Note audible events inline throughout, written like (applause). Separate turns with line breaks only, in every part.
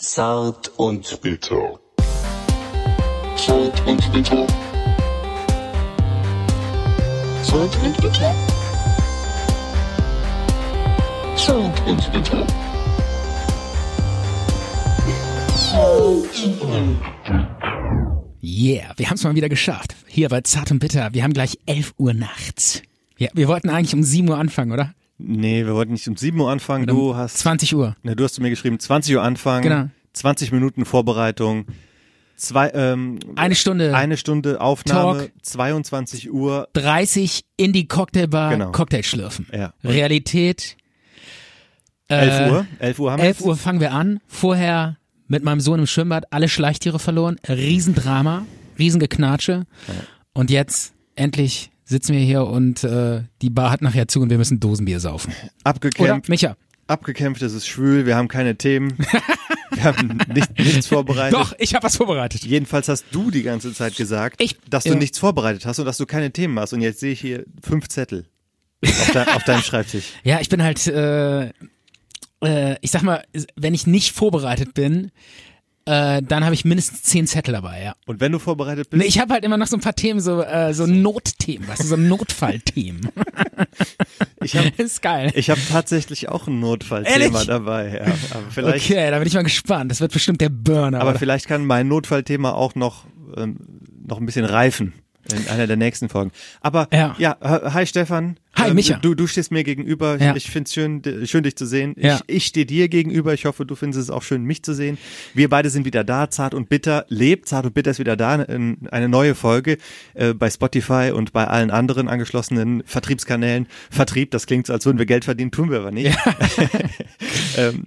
Zart und bitter.
Zart und bitter. Zart und bitter. Zart und bitter.
Yeah, wir haben es mal wieder geschafft. Hier bei Zart und Bitter. Wir haben gleich 11 Uhr nachts. Ja, wir wollten eigentlich um 7 Uhr anfangen, oder?
Nee, wir wollten nicht um 7 Uhr anfangen.
Oder um
Du hast,
20 Uhr.
ne, du hast mir geschrieben, 20 Uhr anfangen,
Genau.
20 Minuten Vorbereitung, zwei, ähm,
Eine Stunde.
eine Stunde Aufnahme,
Äh, Talk.
22 Uhr.
30 in die Cocktailbar
Genau.
Cocktail schlürfen.
Ja.
Realität.
11 Uhr? 11 Uhr haben wir
11
jetzt?
Äh, Uhr fangen wir an. Vorher mit meinem Sohn im Schwimmbad alle Schleichtiere verloren. Riesendrama, Riesengeknatsche. Und jetzt endlich sitzen wir hier und äh, die Bar hat nachher zu und wir müssen Dosenbier saufen. Oder?
Abgekämpft,
Micha.
abgekämpft, es ist schwül, wir haben keine
(laughs)
Themen, wir haben nicht, nichts vorbereitet.
Doch, ich habe was vorbereitet.
Jedenfalls hast du die ganze Zeit gesagt,
Ich-
dass du
ja.
nichts vorbereitet hast und dass du keine Themen hast. Und jetzt sehe ich hier fünf Zettel auf, dein, auf
(laughs)
deinem Schreibtisch.
Ja, ich bin halt, äh, äh, ich sag mal, wenn ich nicht vorbereitet bin, äh, dann habe ich mindestens zehn Zettel dabei, ja.
Und wenn du vorbereitet bist,
Nee, ich habe halt immer noch so ein paar Themen, so, äh, so Notthemen, weißt du,
(laughs)
so Notfallthemen.
ich habe
ist geil.
Ich habe tatsächlich auch ein Notfallthema
Ehrlich?
dabei. Ja. Aber, vielleicht,
Okay, da bin ich mal gespannt. Das wird bestimmt der Burner.
aber
oder?
vielleicht kann mein Notfallthema auch noch, ähm, noch ein bisschen reifen in einer der nächsten Folgen. Aber
Ja.
ja, ha- hi Stefan. Ähm,
Hi, Micha.
Du, du stehst mir gegenüber.
Ja.
Ich finde es schön, d- schön, dich zu sehen.
Ja.
Ich, ich stehe dir gegenüber. Ich hoffe, du findest es auch schön, mich zu sehen. Wir beide sind wieder da. Zart und Bitter lebt. Zart und Bitter ist wieder da. N- Eine neue Folge äh, bei Spotify und bei allen anderen angeschlossenen Vertriebskanälen. Vertrieb, das klingt so, als würden wir Geld verdienen, tun wir aber nicht.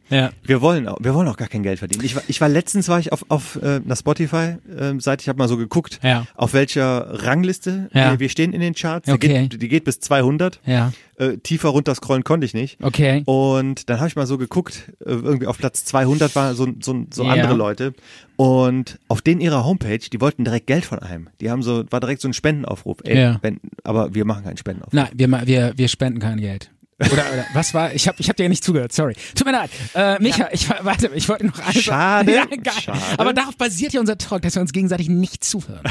ja.
Wir wollen auch, wir wollen auch gar kein Geld verdienen. Ich war, ich war letztens war ich auf auf äh, einer Spotify äh, Seite, ich habe mal so geguckt,
Ja.
auf welcher Rangliste
Ja.
wir, wir stehen in den Charts.
Okay.
Die, geht, die geht bis 200.
Ja.
Äh, tiefer runterscrollen konnte ich nicht.
Okay.
Und dann habe ich mal so geguckt, äh, irgendwie auf Platz 200 war so so, so
Ja.
andere Leute und auf denen ihrer Homepage, die wollten direkt Geld von einem. Die haben so war direkt so ein Spendenaufruf. Ey,
Ja.
wenn, aber wir machen keinen
(laughs)
Spendenaufruf.
Nein, wir, ma- wir, wir spenden kein Geld. Oder, oder was war? Ich habe ich hab dir nicht zugehört, sorry. Tut mir leid. Äh, Micha, ich war- warte, ich wollte noch alles.
Schade,
(laughs) Ja, geil.
schade.
Aber darauf basiert ja unser Talk, dass wir uns gegenseitig nicht zuhören.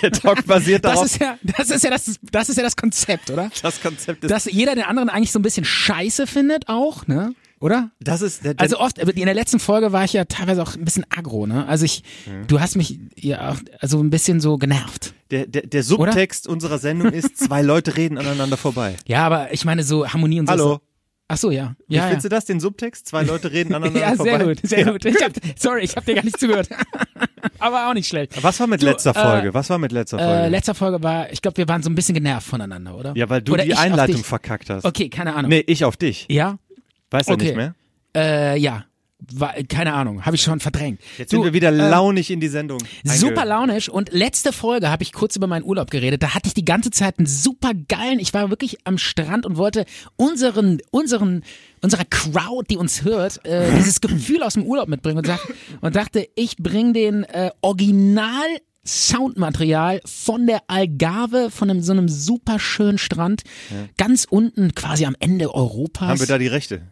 Der Talk basiert
Das
darauf.
ist ja das, ist ja das, das, ist ja das Konzept, oder?
das Konzept ist
Dass jeder den anderen eigentlich so ein bisschen scheiße findet auch, ne? Oder?
das ist der, der,
Also oft, in der letzten Folge war ich ja teilweise auch ein bisschen aggro, ne? Also ich, du hast mich ja auch also ein bisschen so genervt.
Der, der, der Subtext unserer Sendung
(laughs)
ist, zwei Leute reden aneinander vorbei.
Ja, aber ich meine so Harmonie und so.
Hallo.
Ach so, ja. ja
Wie
ja.
findest du das, den Subtext? Zwei Leute
(laughs)
reden aneinander
Ja,
vorbei.
sehr gut, sehr gut. Ich hab, sorry, ich habe dir gar nicht (laughs) zugehört. Aber auch nicht schlecht.
Was war mit letzter
äh,
Folge? Was war mit letzter Folge?
Äh, letzter Folge war, ich glaube, wir waren so ein bisschen genervt voneinander, oder?
ja, weil du
oder
die
ich auf
Einleitung
dich.
verkackt hast.
Okay, keine Ahnung.
Nee, ich auf dich.
Ja?
Weißt du
Okay.
nicht mehr?
Äh, ja. War, keine Ahnung, habe ich schon verdrängt.
Jetzt sind wir wieder launig in die Sendung.
äh, Super
eingehört.
launisch und letzte Folge habe ich kurz über meinen Urlaub geredet. Da hatte ich die ganze Zeit einen super geilen, ich war wirklich am Strand und wollte unseren, unseren, unserer Crowd, die uns hört,
(laughs)
äh, dieses Gefühl aus dem Urlaub mitbringen und, sag, und dachte, ich bringe den äh, Original Soundmaterial von der Algarve, von einem, so einem super schönen Strand, ganz unten quasi am Ende Europas.
Haben wir da die Rechte?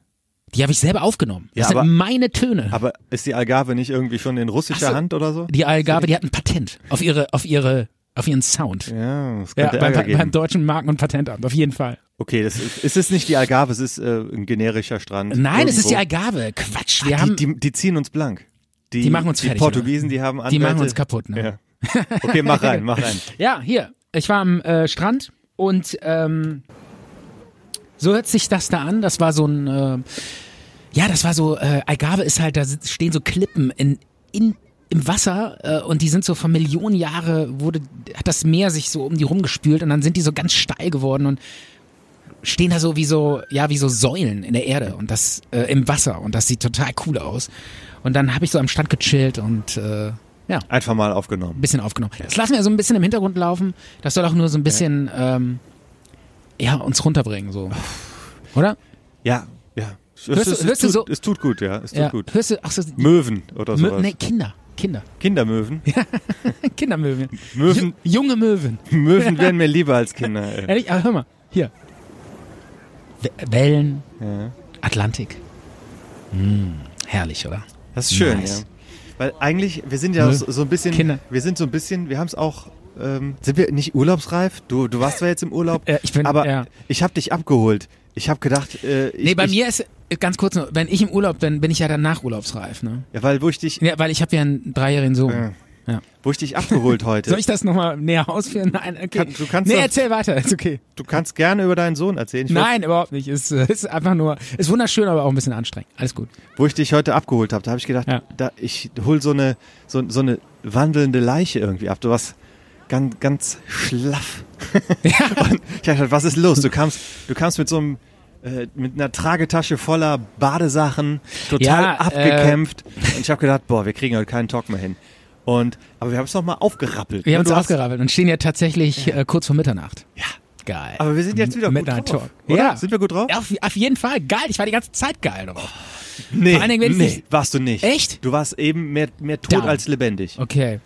die habe ich selber aufgenommen.
Ja,
das
aber-
sind meine Töne.
Aber ist die Algarve nicht irgendwie schon in russischer
Ach so.
Hand oder so?
Die Algarve, die hat ein Patent auf ihre, auf ihre, auf ihren Sound.
Ja, das könnte
Ja, beim,
Ärger
beim,
geben.
beim deutschen Marken- und Patentamt, auf jeden Fall.
okay, das ist, es ist nicht die Algarve, es ist äh, ein generischer Strand.
Nein, es ist die
irgendwo.
Algarve. Quatsch. Wir haben,
Die, die, die ziehen uns blank. Die,
Die machen uns
die
fertig,
Portugiesen, die haben
Die
Anwälte.
machen uns kaputt, ne?
Ja.
(laughs)
Okay, mach rein, mach rein.
ja, hier. Ich war am äh, Strand und ähm, so hört sich das da an. Das war so ein, äh, ja, das war so, äh, Algarve ist halt, da sit- stehen so Klippen in, in, im Wasser äh, und die sind so vor Millionen Jahre wurde, hat das Meer sich so um die rumgespült und dann sind die so ganz steil geworden und stehen da so wie so, ja, wie so Säulen in der Erde und das äh, im Wasser und das sieht total cool aus. Und dann habe ich so am Strand gechillt und äh, ja
Einfach mal aufgenommen.
bisschen aufgenommen. Das lassen wir so ein bisschen im Hintergrund laufen. Das soll auch nur so ein bisschen, ja, ähm, ja uns runterbringen, so. Oder?
Ja, ja. Es,
Hörst du-
es,
hörst du
es,
so-
tut, es tut gut, ja. Es tut
ja.
gut.
Hörst du, ach so, die-
Möwen oder
Mö,
sowas.
nee, Kinder. Kinder. (laughs)
Kindermöwen. (laughs)
Kindermöwen.
Möwen,
Ju- junge Möwen.
Möwen wären mir lieber als Kinder. Ey.
(laughs) Ehrlich, aber hör mal. Hier. W Wellen. Atlantik. Mm, Hm, herrlich, oder?
Das ist schön,
Nice.
ja. Weil eigentlich, wir sind ja
Ne?
so, so ein bisschen,
Kinder.
wir sind so ein bisschen, wir haben es auch, ähm, sind wir nicht urlaubsreif? Du, du warst zwar jetzt im Urlaub,
Äh, ich bin-
aber
(laughs) ja.
ich habe dich abgeholt. Ich habe gedacht, äh, ich,
Nee, bei
ich,
mir ist, ganz kurz, nur, wenn ich im Urlaub bin, bin ich ja danach urlaubsreif, ne?
Ja, weil wo ich dich,
Ja, weil ich habe ja einen dreijährigen Sohn.
Ja.
Ja.
wo ich dich
(laughs)
abgeholt heute.
Soll ich das nochmal näher ausführen? Nein, okay.
Kann- du kannst
nee,
doch-
erzähl weiter, ist okay.
du kannst gerne über deinen Sohn erzählen. Ich wollt-
Nein, überhaupt nicht. Ist, ist einfach nur, ist wunderschön, aber auch ein bisschen anstrengend. Alles gut. (laughs)
wo ich dich heute abgeholt habe, da habe ich gedacht,
Ja.
da, ich hol so eine, so, so eine wandelnde Leiche irgendwie ab. Du warst ganz, ganz schlaff. (laughs) Und ich habe gedacht, was ist los? Du kamst, du kamst mit so einem, äh, mit einer Tragetasche voller Badesachen, total
Ja, äh,
abgekämpft. Und ich habe gedacht, boah, wir kriegen heute keinen Talk mehr hin. Und, aber wir haben es nochmal aufgerappelt.
Wir
ne?
haben uns
Du hast-
aufgerappelt und stehen ja tatsächlich Äh, kurz vor Mitternacht.
Ja.
Geil.
Aber wir sind jetzt wieder
Midnight
gut drauf.
Talk.
Oder?
Ja.
Sind wir gut drauf?
Ja, auf, auf jeden Fall. Geil. Ich war die ganze Zeit geil drauf.
Nee,
Vor allen Dingen, wenn ich
nee,
nicht-
warst du nicht.
Echt?
Du warst eben mehr, mehr tot
Down.
als lebendig.
Okay.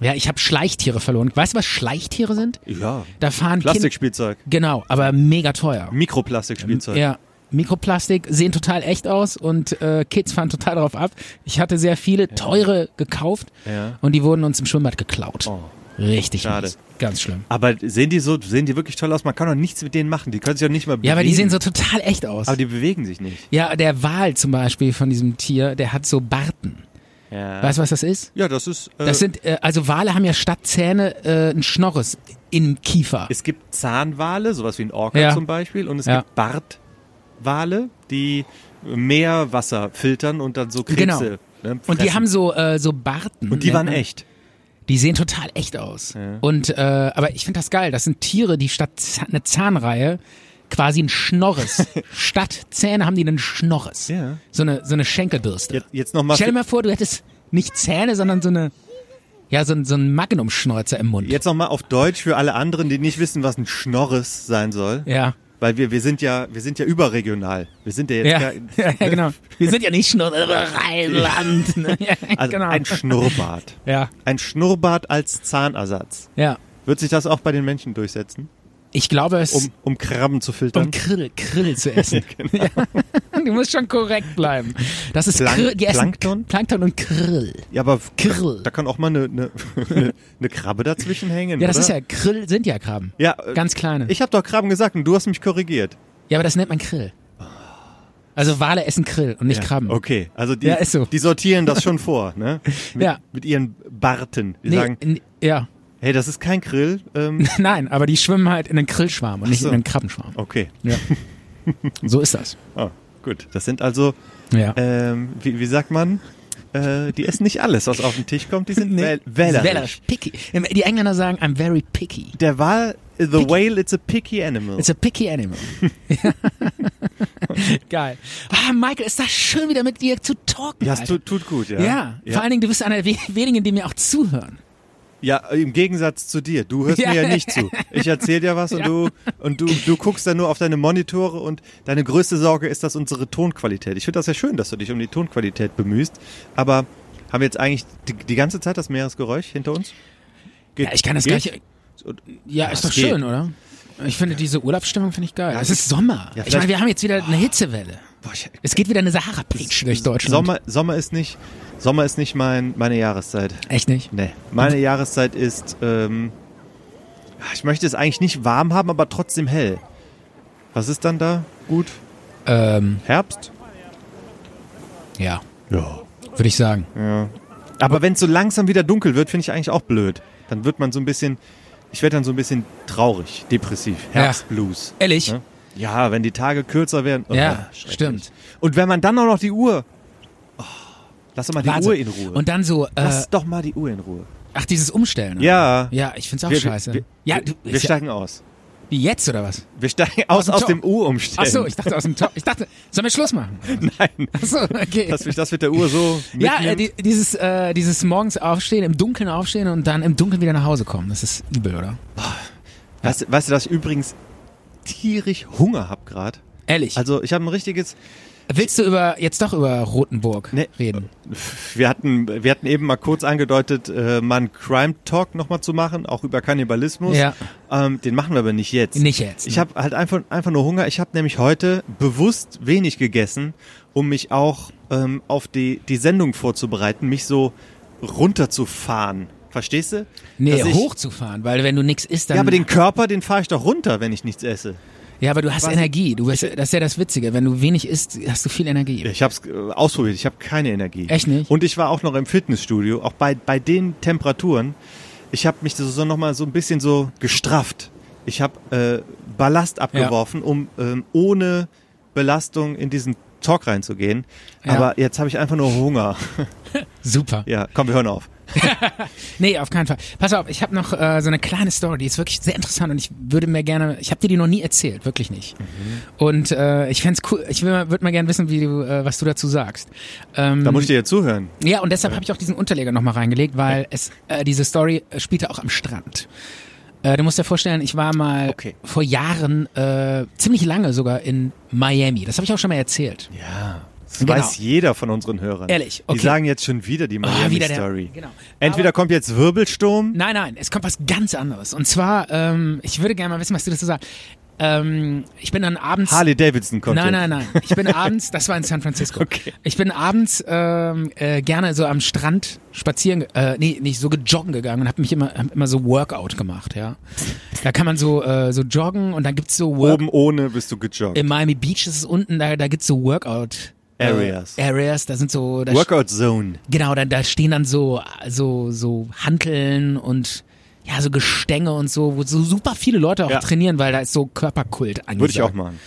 Ja, ich habe Schleichtiere verloren. Weißt du, was Schleichtiere sind?
Ja.
Da fahren Kinder.
Plastikspielzeug.
Genau, aber mega teuer.
Mikroplastikspielzeug.
Ja. Mikroplastik sehen total echt aus und äh, Kids fahren total drauf ab. Ich hatte sehr viele teure gekauft
Ja.
und die wurden uns im Schwimmbad geklaut.
Oh.
Richtig
Schade.
mies. ganz schlimm.
Aber sehen die so, sehen die wirklich toll aus? Man kann doch nichts mit denen machen. Die können sich doch nicht mal bewegen.
Ja, aber die sehen so total echt aus.
Aber die bewegen sich nicht.
ja, der Wal zum Beispiel von diesem Tier, der hat so Barten.
Ja.
Weißt du, was das ist?
Ja, das ist. Äh,
Das sind, äh, also Wale haben ja statt Zähne äh, ein Schnorres im Kiefer.
es gibt Zahnwale, sowas wie ein Orca
Ja.
zum Beispiel, und es
Ja.
gibt Bartwale, die Meerwasser filtern und dann so Krebse. Genau. Ne,
und die
fressen.
haben ne? so, äh, so Barten.
Und die
nennt
waren
man-
echt.
Die sehen total echt aus. Und äh, aber ich finde das geil. Das sind Tiere, die statt Z eine Zahnreihe quasi
(laughs)
ein Schnorres. statt Zähne haben die einen Schnorres.
Ja.
So eine so eine Schenkelbürste.
Jetzt, jetzt nochmal.
Stell dir mal vor, du hättest nicht Zähne, sondern so eine ja so ein so ein Magnumschnäuzer im Mund.
Jetzt nochmal auf Deutsch für alle anderen, die nicht wissen, was ein Schnorres sein soll.
Ja.
Weil wir, wir sind ja, wir sind ja überregional. Wir sind ja jetzt
Ja.
kein-
(laughs) ja, genau. Wir sind ja nicht Schnorre Rheinland. Ne? (laughs) Ja,
also
genau.
ein Schnurrbart.
ja,
Ein Schnurrbart als Zahnersatz.
ja.
Wird sich das auch bei den Menschen durchsetzen,
Ich glaube, es
um, um Krabben zu filtern?
Um Krill, Krill
(laughs)
zu essen. ja. (laughs) Du musst schon korrekt bleiben. Das ist
Genau. Plank-
Krill, die essen
Plankton?
Plankton und Krill.
ja, aber
Kirl.
da kann auch mal eine, eine, (laughs) eine, eine Krabbe dazwischen hängen.
Ja, das
oder?
ist ja, Krill sind ja Krabben.
ja äh,
Ganz kleine.
Ich habe doch Krabben gesagt und du hast mich korrigiert.
Ja, aber das nennt man Krill. Also Wale essen Krill und nicht
ja.
Krabben.
Okay, also die,
Ja, ist so.
die sortieren das schon vor,
(laughs)
ne? Mit,
Ja.
mit ihren Barten. Die
Nee,
sagen,
n- ja, (laughs)
hey, das ist kein Grill. Ähm,
nein, aber die schwimmen halt in einen Krillschwarm und nicht
so.
in einen Krabbenschwarm.
okay,
Ja. So ist das.
oh, gut. Das sind also,
Ja.
ähm, wie, wie sagt man, äh, die essen nicht alles, was auf den Tisch kommt. Die sind wähl wählerisch.
Picky. Die Engländer sagen, I'm very picky.
Der Wal, the whale, it's a picky animal.
It's a picky
(laughs)
animal. Geil. Ah, Michael, ist das schön, wieder mit dir zu talken.
ja, es
Alter.
tut, tut gut, ja.
ja. vor allen Dingen, du bist einer der we- wenigen, die mir auch zuhören.
Ja, im Gegensatz zu dir. Du hörst
Ja.
mir ja nicht zu. Ich erzähle dir was und du und du, du guckst dann nur auf deine Monitore und deine größte Sorge ist das unsere Tonqualität. Ich finde das ja schön, dass du dich um die Tonqualität bemühst, aber haben wir jetzt eigentlich die, die ganze Zeit das Meeresgeräusch hinter uns? Geht-
Ja, ich kann das
geht?
gleich.
Und-
Ja,
Ja,
ist
es
doch
geht.
schön, oder? Ich finde diese Urlaubsstimmung finde ich geil. es ist
Ja,
Sommer. ich meine,
vielleicht-
wir haben jetzt wieder eine Hitzewelle.
Boah, ich-
Es geht wieder eine Sahara-Peitsche durch Deutschland.
Sommer, Sommer ist nicht, Sommer ist nicht mein, meine Jahreszeit.
Echt nicht?
Nee, meine Jahreszeit ist, ähm, ich möchte es eigentlich nicht warm haben, aber trotzdem hell. Was ist dann da gut?
Ähm,
Herbst?
ja,
Ja.
würde ich sagen.
Aber wenn es so langsam wieder dunkel wird, finde ich eigentlich auch blöd. Dann wird man so ein bisschen, ich werde dann so ein bisschen traurig, depressiv,
Ja.
Herbstblues.
Ehrlich?
Ne? Ja, wenn die Tage kürzer werden. Oh,
Ja,
schrecklich.
stimmt.
Und wenn man dann auch noch die Uhr, oh, lass doch mal die
Warte.
Uhr in Ruhe.
Und dann so, äh,
lass doch mal die Uhr in Ruhe.
ach, dieses Umstellen. oder?
Ja.
Ja, ich find's auch
Wir-
scheiße.
Wir,
ja,
wir,
du,
wir
ist ja,
steigen aus.
wie jetzt oder was?
Wir steigen aus
dem
aus
Job.
dem U umstellen.
Ach so, ich dachte aus dem Top. Ich dachte, sollen wir Schluss machen?
Nein,
Ach so, okay.
dass mich das mit der Uhr so
ja,
mitnimmt.
äh, die, dieses, äh, dieses morgens aufstehen, im Dunkeln aufstehen und dann im Dunkeln wieder nach Hause kommen. Das ist übel, oder?
weißt, du- weißt du, dass ich übrigens tierisch Hunger hab grad?
Ehrlich.
Also ich habe ein richtiges.
Willst du über jetzt doch über Rotenburg
Nee.
reden?
Wir hatten, wir hatten eben mal kurz angedeutet, äh, mal einen Crime Talk nochmal zu machen, auch über Kannibalismus.
Ja.
Ähm, den machen wir aber nicht jetzt.
Nicht jetzt. ne.
Ich habe halt einfach, einfach nur Hunger. Ich habe nämlich heute bewusst wenig gegessen um mich auch ähm, auf die, die Sendung vorzubereiten, mich so runterzufahren. Verstehst du?
Nee,
Dass ich-
hochzufahren, weil wenn du nichts isst, dann.
Ja, aber den Körper, den fahre ich doch runter, wenn ich nichts esse.
Ja, aber du hast
Was-
Energie. Du bist, das ist ja das Witzige. Wenn du wenig isst, hast du viel Energie.
Ich habe es ausprobiert, ich habe keine Energie.
Echt nicht?
Und ich war auch noch im Fitnessstudio, auch bei, bei den Temperaturen. Ich habe mich so, so nochmal so ein bisschen so gestrafft. Ich habe äh, Ballast abgeworfen, um ähm, ohne Belastung in diesen Talk reinzugehen.
Ja.
Aber jetzt habe ich einfach nur
(laughs)
Hunger.
Super.
Ja, komm, wir hören auf.
Nee, auf keinen Fall. Pass auf, ich habe noch äh, so eine kleine Story, die ist wirklich sehr interessant und ich würde mir gerne, ich habe dir die noch nie erzählt, wirklich nicht. Und äh, ich fänd's cool, ich würde mal gerne wissen, wie du, äh, was du dazu sagst. Ähm,
Da muss ich dir jetzt zuhören.
ja, und deshalb habe ich auch diesen Unterleger nochmal reingelegt, weil es äh, diese Story äh, spielte auch am Strand. Äh, du musst dir vorstellen, ich war mal
Okay.
vor Jahren, äh, ziemlich lange sogar in Miami. Das habe ich auch schon mal erzählt.
Ja. Das
Genau.
weiß jeder von unseren Hörern.
Ehrlich,
Die
okay.
sagen jetzt schon wieder die Miami
wieder der-
Story.
genau. Aber-
Entweder kommt jetzt Wirbelsturm.
Nein, nein, es kommt was ganz anderes. Und zwar, ähm, ich würde gerne mal wissen, was du dazu sagst. Ähm, ich bin dann abends.
Harley Davidson kommt
Nein,
jetzt.
nein, nein.
(laughs)
Ich bin abends, das war in San Francisco.
Okay.
Ich bin abends ähm, äh, gerne so am Strand spazieren, ge- äh, nee, nicht so gejoggen gegangen und habe mich immer, hab immer so Workout gemacht, ja. Da kann man so äh, so joggen und dann gibt's so Work
Oben ohne bist du gejoggt.
in Miami Beach ist es unten, da da gibt's so Workout äh,
Areas.
Areas, da sind so da
Workout Zone.
Genau, da, da stehen dann so, so, so Hanteln und ja, so Gestänge und so, wo so super viele Leute auch
Ja.
trainieren, weil da ist so Körperkult angesagt.
Würde ich auch machen.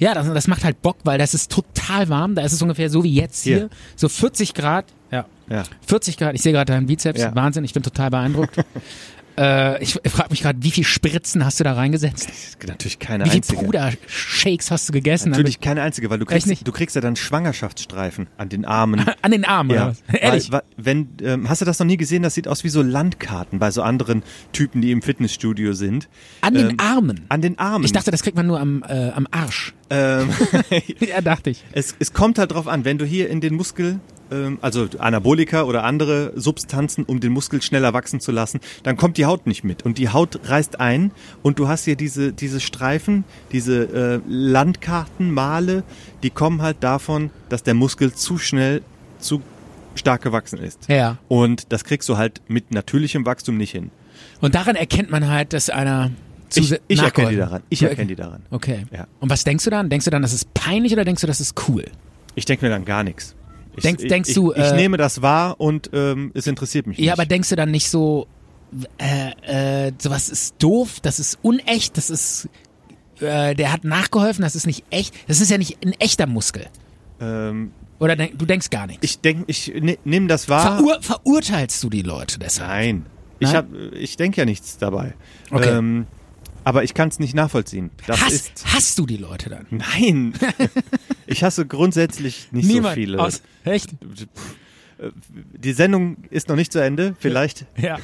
Ja, das, das macht halt Bock, weil das ist total warm. Da ist es ungefähr so wie jetzt hier.
Hier.
So 40 Grad. Ja.
Ja.
40 Grad. Ich sehe gerade deinen Bizeps.
Ja.
Wahnsinn, ich bin total beeindruckt.
(laughs)
äh, ich frage mich gerade, wie viel Spritzen hast du da reingesetzt?
Natürlich keine
Wie viel
einzige.
Puder-Shakes hast du gegessen? Also
Natürlich keine einzige, weil du
Echt nicht?
kriegst, du kriegst ja dann Schwangerschaftsstreifen an den
(laughs)
Armen.
An den Armen, oder
ja.
was? (laughs) Ehrlich?
Weil, weil, wenn, ähm, hast du das noch nie gesehen? Das sieht aus wie so Landkarten bei so anderen Typen, die im Fitnessstudio sind.
An den
ähm,
Armen?
An den Armen.
Ich dachte, das kriegt man nur am, äh, am
(laughs)
Arsch. (laughs)
ähm,
ja, dachte ich.
Es, es kommt halt drauf an, wenn du hier in den Muskel, ähm, also Anabolika oder andere Substanzen, um den Muskel schneller wachsen zu lassen, dann kommt die Haut nicht mit und die Haut reißt ein und du hast hier diese, diese Streifen, diese äh, Landkartenmale, die kommen halt davon, dass der Muskel zu schnell, zu stark gewachsen ist.
Ja.
Und das kriegst du halt mit natürlichem Wachstum nicht hin.
Und daran erkennt man halt, dass einer zu
Ich, ich erkenne die
nachgeholfen-
daran. Ich
Du
erkenne die
erken-
daran.
Okay.
Ja.
Und was denkst du dann? Denkst du dann, das ist peinlich oder denkst du, das ist cool?
Ich denke mir dann gar nichts. Ich,
Denkst-
ich,
denkst
ich,
du,
Ich,
äh,
nehme das wahr und ähm, es interessiert mich
Ja,
nicht.
aber denkst du dann nicht so, äh, äh, sowas ist doof, das ist unecht, das ist, äh, der hat nachgeholfen, das ist nicht echt, das ist ja nicht ein echter Muskel.
ähm,
Oder denk, du denkst gar nichts.
Ich denke, ich ne, nehme das wahr.
Verur verurteilst du die Leute deshalb?
Nein. Ich,
Nein?
hab- ich denke ja nichts dabei.
Okay.
Ähm, aber ich kann es nicht nachvollziehen. Das
Hast,
ist.
hast du die Leute dann? (laughs)
Nein! ich hasse grundsätzlich nicht
Niemand
so viele.
aus.
(laughs)
Echt?
Die Sendung ist noch nicht zu Ende, vielleicht.
Ja.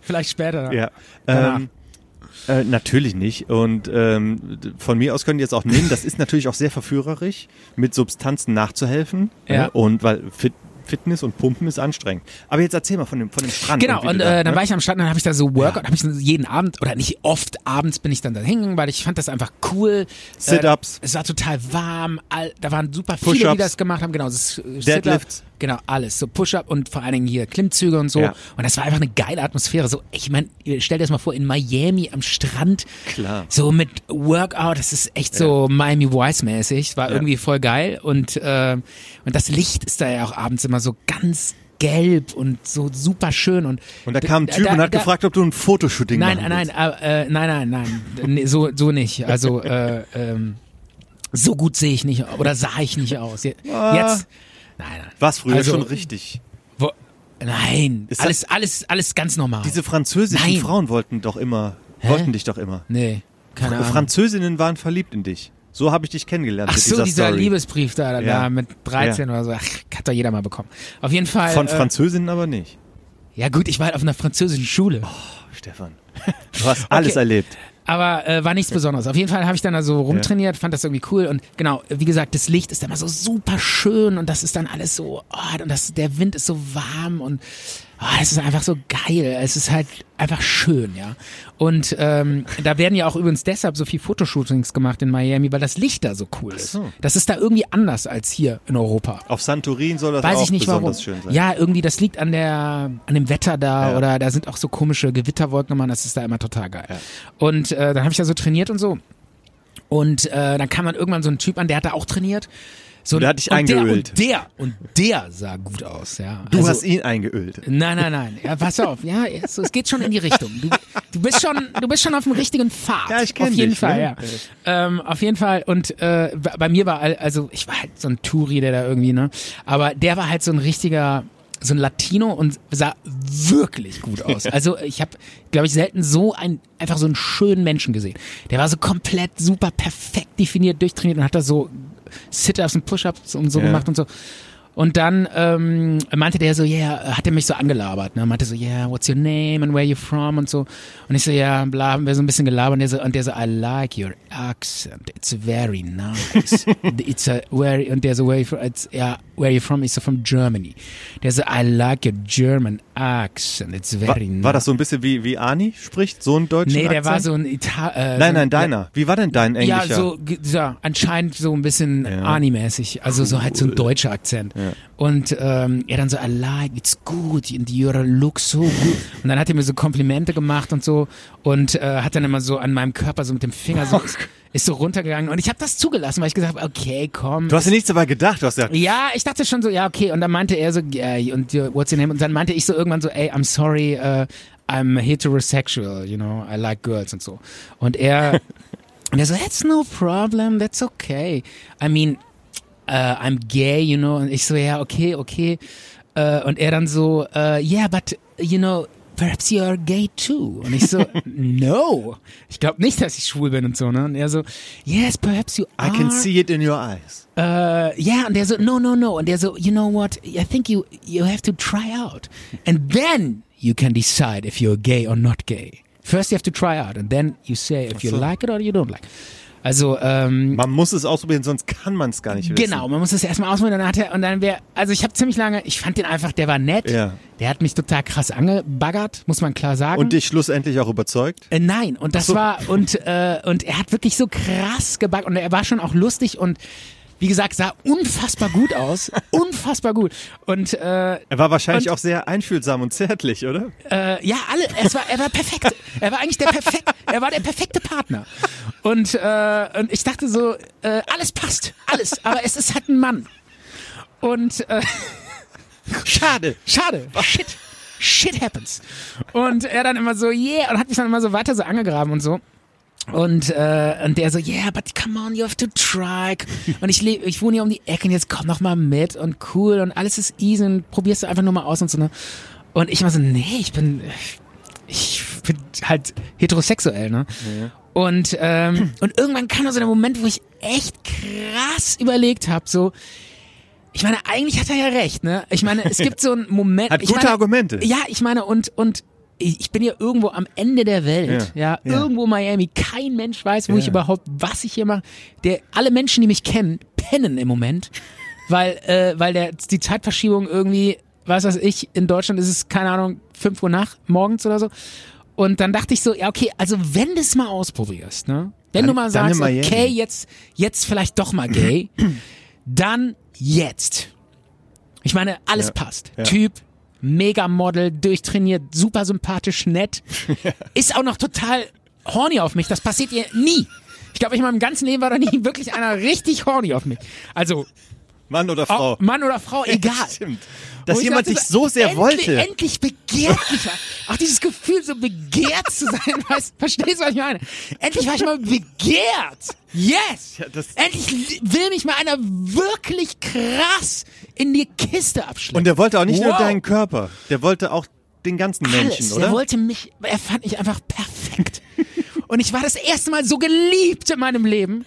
Vielleicht später. dann.
Ja. Ähm, äh, natürlich nicht. Und ähm, d- von mir aus können die jetzt auch nehmen. Das ist natürlich auch sehr verführerisch, mit Substanzen nachzuhelfen.
Ja.
ne? Und weil Fit Fitness und Pumpen ist anstrengend. Aber jetzt erzähl mal von dem, von dem Strand.
Genau,
wie
und
du da-
äh, dann
ne?
war ich am Strand und dann habe ich da so Workout, habe ich so jeden Abend oder nicht oft abends bin ich dann da hingegangen, weil ich fand das einfach cool.
Sit-ups.
Äh, es war total warm, all, da waren super viele, die
Push-ups.
das gemacht haben, genau. Das, äh, Sit-up,
Deadlifts.
Genau, alles. So Push-Up und vor allen Dingen hier Klimmzüge und so.
Ja.
Und das war einfach eine geile Atmosphäre. So, ich meine, stell dir das mal vor, in Miami am Strand.
Klar.
So mit Workout, das ist echt so Miami Vice mäßig. War
Ja.
irgendwie voll geil und äh, und das Licht ist da ja auch abends immer so ganz gelb und so super schön und
Und da kam ein Typ und hat
da-
gefragt, ob du ein Fotoshooting
Nein,
machen
nein,
willst.
äh, äh, nein, nein, nein, nee, so so
(laughs)
nicht. Also äh, ähm, so gut sehe ich nicht oder sah ich nicht aus. Je-
Ah.
Jetzt, nein, nein,
War's früher
Also-
schon richtig.
wo, nein,
Ist das-
alles, alles, alles ganz normal.
Diese französischen
Nein.
Frauen wollten doch immer, wollten dich doch immer.
nee, keine Ahnung.
Französinnen waren verliebt in dich. So habe ich dich kennengelernt
Ach
mit
so,
dieser,
dieser
Story.
Liebesbrief da, da
Ja.
mit 13 oder so. Ach, hat doch jeder mal bekommen. Auf jeden Fall.
Von
äh,
Französinnen aber nicht.
ja gut, ich war halt auf einer französischen Schule.
Oh. Stefan, du
(laughs)
hast alles erlebt.
Aber äh, war nichts Besonderes. Auf jeden Fall habe ich dann da so rumtrainiert, fand das irgendwie cool. Und genau, wie gesagt, das Licht ist immer so super schön und das ist dann alles so, oh, und das, der Wind ist so warm und Ah, es ist einfach so geil. Es ist halt einfach schön, ja. Und ähm, da werden ja auch übrigens deshalb so viel Fotoshootings gemacht in Miami, weil das Licht da so cool ist.
so.
Das ist da irgendwie anders als hier in Europa.
Auf Santorin soll das
Weiß
auch
ich nicht warum.
besonders schön sein.
Ja, irgendwie, das liegt an der, an dem Wetter da
Ja.
oder da sind auch so komische Gewitterwolken immer, das ist da immer total geil. Und äh, dann habe ich da so trainiert und so. Und äh, dann kam dann irgendwann so ein Typ an, der hat da auch trainiert. So,
Und der hat dich
und der,
eingeölt.
und der, und der sah gut aus, ja.
Du
Also-
hast ihn eingeölt.
Nein, nein, nein. Ja, pass auf. Ja, es, es geht schon in die Richtung. Du, du bist schon, du bist schon auf dem richtigen Pfad.
Ja, ich kenn
Auf jeden
dich,
Fall,
ne?
ja. Ähm, auf jeden Fall. Und äh, bei- bei mir war all- also ich war halt so ein Touri, der da irgendwie ne, aber der war halt so ein richtiger so ein Latino und sah wirklich gut aus. Also ich habe, glaube ich, selten so ein einfach so einen schönen Menschen gesehen. Der war so komplett super perfekt definiert, durchtrainiert und hat da so Sit-ups und Push-ups und so
Ja.
gemacht und so. Und dann ähm, meinte der so, yeah, hat er mich so angelabert, ne? Meinte so, yeah, what's your name and where you from und so. Und ich so, ja, yeah, bla, haben wir so ein bisschen gelabert und der so, und der so, I like your accent, it's
(laughs)
very nice. it's a where und der so, where you from? It's, yeah, where you from? Ich so from Germany. Der so, I like your German accent, it's
War,
very nice.
war das so ein bisschen wie, wie Ani spricht? So ein deutscher
Nee, der
Akzent?
war so ein Ital äh, so
Nein,
ein-
nein, deiner. Wie war denn dein
Ja,
Englischer?
so ge- ja, anscheinend so ein bisschen Ani-mäßig, also so halt so ein deutscher Akzent. Und ähm, er dann so, I like, it's good, and you look so good. Und dann hat er mir so Komplimente gemacht und so und äh, hat dann immer so an meinem Körper so mit dem Finger so, ist so runtergegangen. Und ich habe das zugelassen, weil ich gesagt habe, okay, komm.
Du hast dir nichts dabei gedacht. Du hast gesagt,
ja, ich dachte schon so, ja, okay. Und dann meinte er so, yeah, und your- what's your name? Und dann meinte ich so irgendwann so, ey, I'm sorry, äh, I'm heterosexual, you know, I like girls und so.
(laughs)
Und er, und er so, that's no problem, that's okay. I mean, äh, I'm gay, you know. Und ich so, ja, okay, okay. Äh, und er dann so, äh, yeah, but, you know, perhaps you're gay too. Und
(laughs)
ich so, no, ich glaube nicht, dass ich schwul bin und so, ne? Und er so, yes, perhaps you are
I can see it in your eyes.
äh, ja, und der so, no, no, no. Und der so, you know what, I think you, you have to try out. And then you can decide if you're gay or not gay. First you have to try out and then you say if you
Ach so.
like it or you don't like it. Also, ähm,
Man muss es ausprobieren, sonst kann man es gar nicht wissen.
Genau, man muss das erstmal ausprobieren und dann hat er, und dann wäre, also ich habe ziemlich lange, ich fand den einfach, der war nett,
Ja.
der hat mich total krass angebaggert, muss man klar sagen.
Und dich schlussendlich auch überzeugt?
Äh, nein, und das
so.
war und äh, und er hat wirklich so krass gebacken und er war schon auch lustig und wie gesagt sah unfassbar gut aus, unfassbar gut und äh,
Er war wahrscheinlich
Und-
auch sehr einfühlsam und zärtlich, oder?
äh, ja, alle, es war, er war perfekt. Er war eigentlich der perfekt, er war der perfekte Partner. Und, äh, und ich dachte so, äh, alles passt, alles, aber es ist halt ein Mann. Und äh, schade, schade, shit, shit happens. Und er dann immer so, yeah, und hat mich dann immer so weiter so angegraben und so. Und, äh, und der so, yeah, but come on, you have to try. Und ich, leb, ich wohne hier um die Ecke und jetzt komm noch mal mit und cool und alles ist easy und probierst du einfach nur mal aus und so. Ne? Und ich war so, nee, ich bin, ich bin halt heterosexuell, ne? Und, ähm, und irgendwann kam da so der Moment, wo ich echt krass überlegt habe, so, ich meine, eigentlich hat er ja recht, ne? Ich meine, es gibt so einen Moment.
Hat
ich
gute
meine,
Argumente.
Ja, ich meine, und, und ich ich bin hier irgendwo am Ende der Welt, ja,
Ja. Ja.
irgendwo Miami. Kein Mensch weiß, wo ich überhaupt, was ich hier mache. Der, alle Menschen, die mich kennen, pennen im Moment, (laughs) weil, äh, weil der, die Zeitverschiebung irgendwie, was weiß ich, in Deutschland ist es, keine Ahnung, 5 Uhr nach, morgens oder so. Und dann dachte ich so, ja, okay, also wenn du es mal ausprobierst, ne? Wenn
Dann-
du mal
dann in
sagst,
Miami.
okay, jetzt, jetzt vielleicht doch mal gay, dann jetzt. Ich meine, alles
Ja,
passt.
ja.
Typ, Megamodel, durchtrainiert, super
(laughs)
sympathisch, nett. Ist auch noch total horny auf mich. Das passiert ihr nie. Ich glaube, in meinem ganzen Leben war da nie wirklich einer richtig horny auf mich. Also,
Mann oder Frau?
auch Oh, Mann oder
(laughs)
Frau, egal.
Oh. Stimmt. Dass
Wo ich
jemand
dachte,
dich so sehr
endlich,
wollte.
Endlich begehrt mich. mal. Auch dieses Gefühl, so begehrt zu sein. (laughs) Weißt, verstehst du, was ich meine? Endlich war ich mal begehrt. Yes.
Ja, das-
endlich li- will mich mal einer wirklich krass in die Kiste abschleppen.
Und der wollte auch nicht nur
Wow.
deinen Körper, der wollte auch den ganzen Menschen,
Alles.
oder?
Er wollte mich, er fand mich einfach perfekt. Und ich war das erste Mal so geliebt in meinem Leben.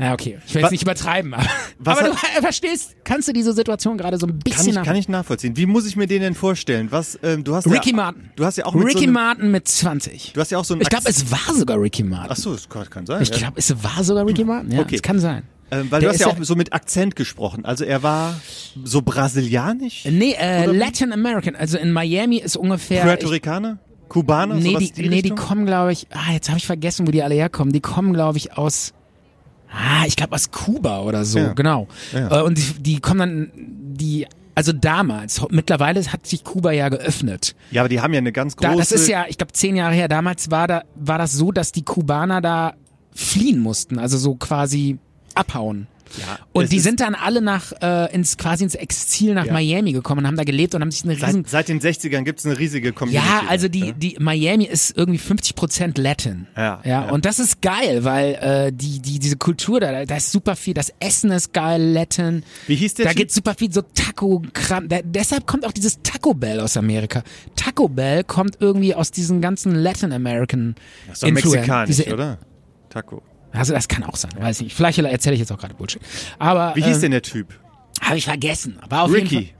Na okay, ich will
Wa-
es nicht übertreiben, aber,
Was
aber du
hat-
verstehst, kannst du diese Situation gerade so ein
kann
bisschen
ich,
nach-
kann ich nachvollziehen. Wie muss ich mir den denn vorstellen? Was, ähm, du hast
Ricky
ja,
Martin.
Du hast ja auch mit
Ricky
so einem,
Martin mit 20.
Du hast ja auch so einen
Ich glaube, es war sogar Ricky Martin.
Ach so, das kann, kann sein.
ich
ja. Mhm.
glaube, es war sogar Ricky Martin. Ja,
Okay.
es kann sein.
Ähm, weil
Der
du hast
ist
ja
ja-
auch so mit Akzent gesprochen. Also er war so brasilianisch,
Nee, äh,
Oder-
Latin American. Also in Miami ist ungefähr.
Puerto Ricaner, Kubaner,
ich, nee,
sowas
die,
in die
nee, die
Richtung?
kommen, glaube ich. Ah, jetzt habe ich vergessen, wo die alle herkommen. Die kommen, glaube ich, aus. Ah, ich glaube aus Kuba oder so,
Ja.
genau.
Ja.
Äh, und die, die kommen dann, die, also damals, ho- mittlerweile hat sich Kuba ja geöffnet.
Ja, aber die haben ja eine ganz große.
Da, das ist ja, ich glaube, zehn Jahre her. Damals war da, war das so, dass die Kubaner da fliehen mussten, also so quasi abhauen.
Ja, es
Und die
ist-
sind dann alle nach äh, ins quasi ins Exil nach
Ja.
Miami gekommen und haben da gelebt und haben sich eine riesen
Seit, seit den 60ern gibt's eine riesige Community.
ja, also die,
Ja.
die Miami ist irgendwie 50 Prozent Latin.
Ja,
ja.
ja.
Und das ist geil, weil äh, die, die, diese Kultur da, da ist super viel. Das Essen ist geil, Latin.
Wie hieß der
Da
Typ?
gibt's super viel so Taco-Kram. Da, deshalb kommt auch dieses Taco Bell aus Amerika. Taco Bell kommt irgendwie aus diesen ganzen Latin American.
Das ist doch
Influen-
mexikanisch,
diese-
oder? Taco.
Also das kann auch sein, weiß nicht. Vielleicht erzähle ich jetzt auch gerade Bullshit. Aber
Wie hieß
ähm,
denn der Typ?
Habe ich vergessen. Aber auf jeden Fall.
Ricky.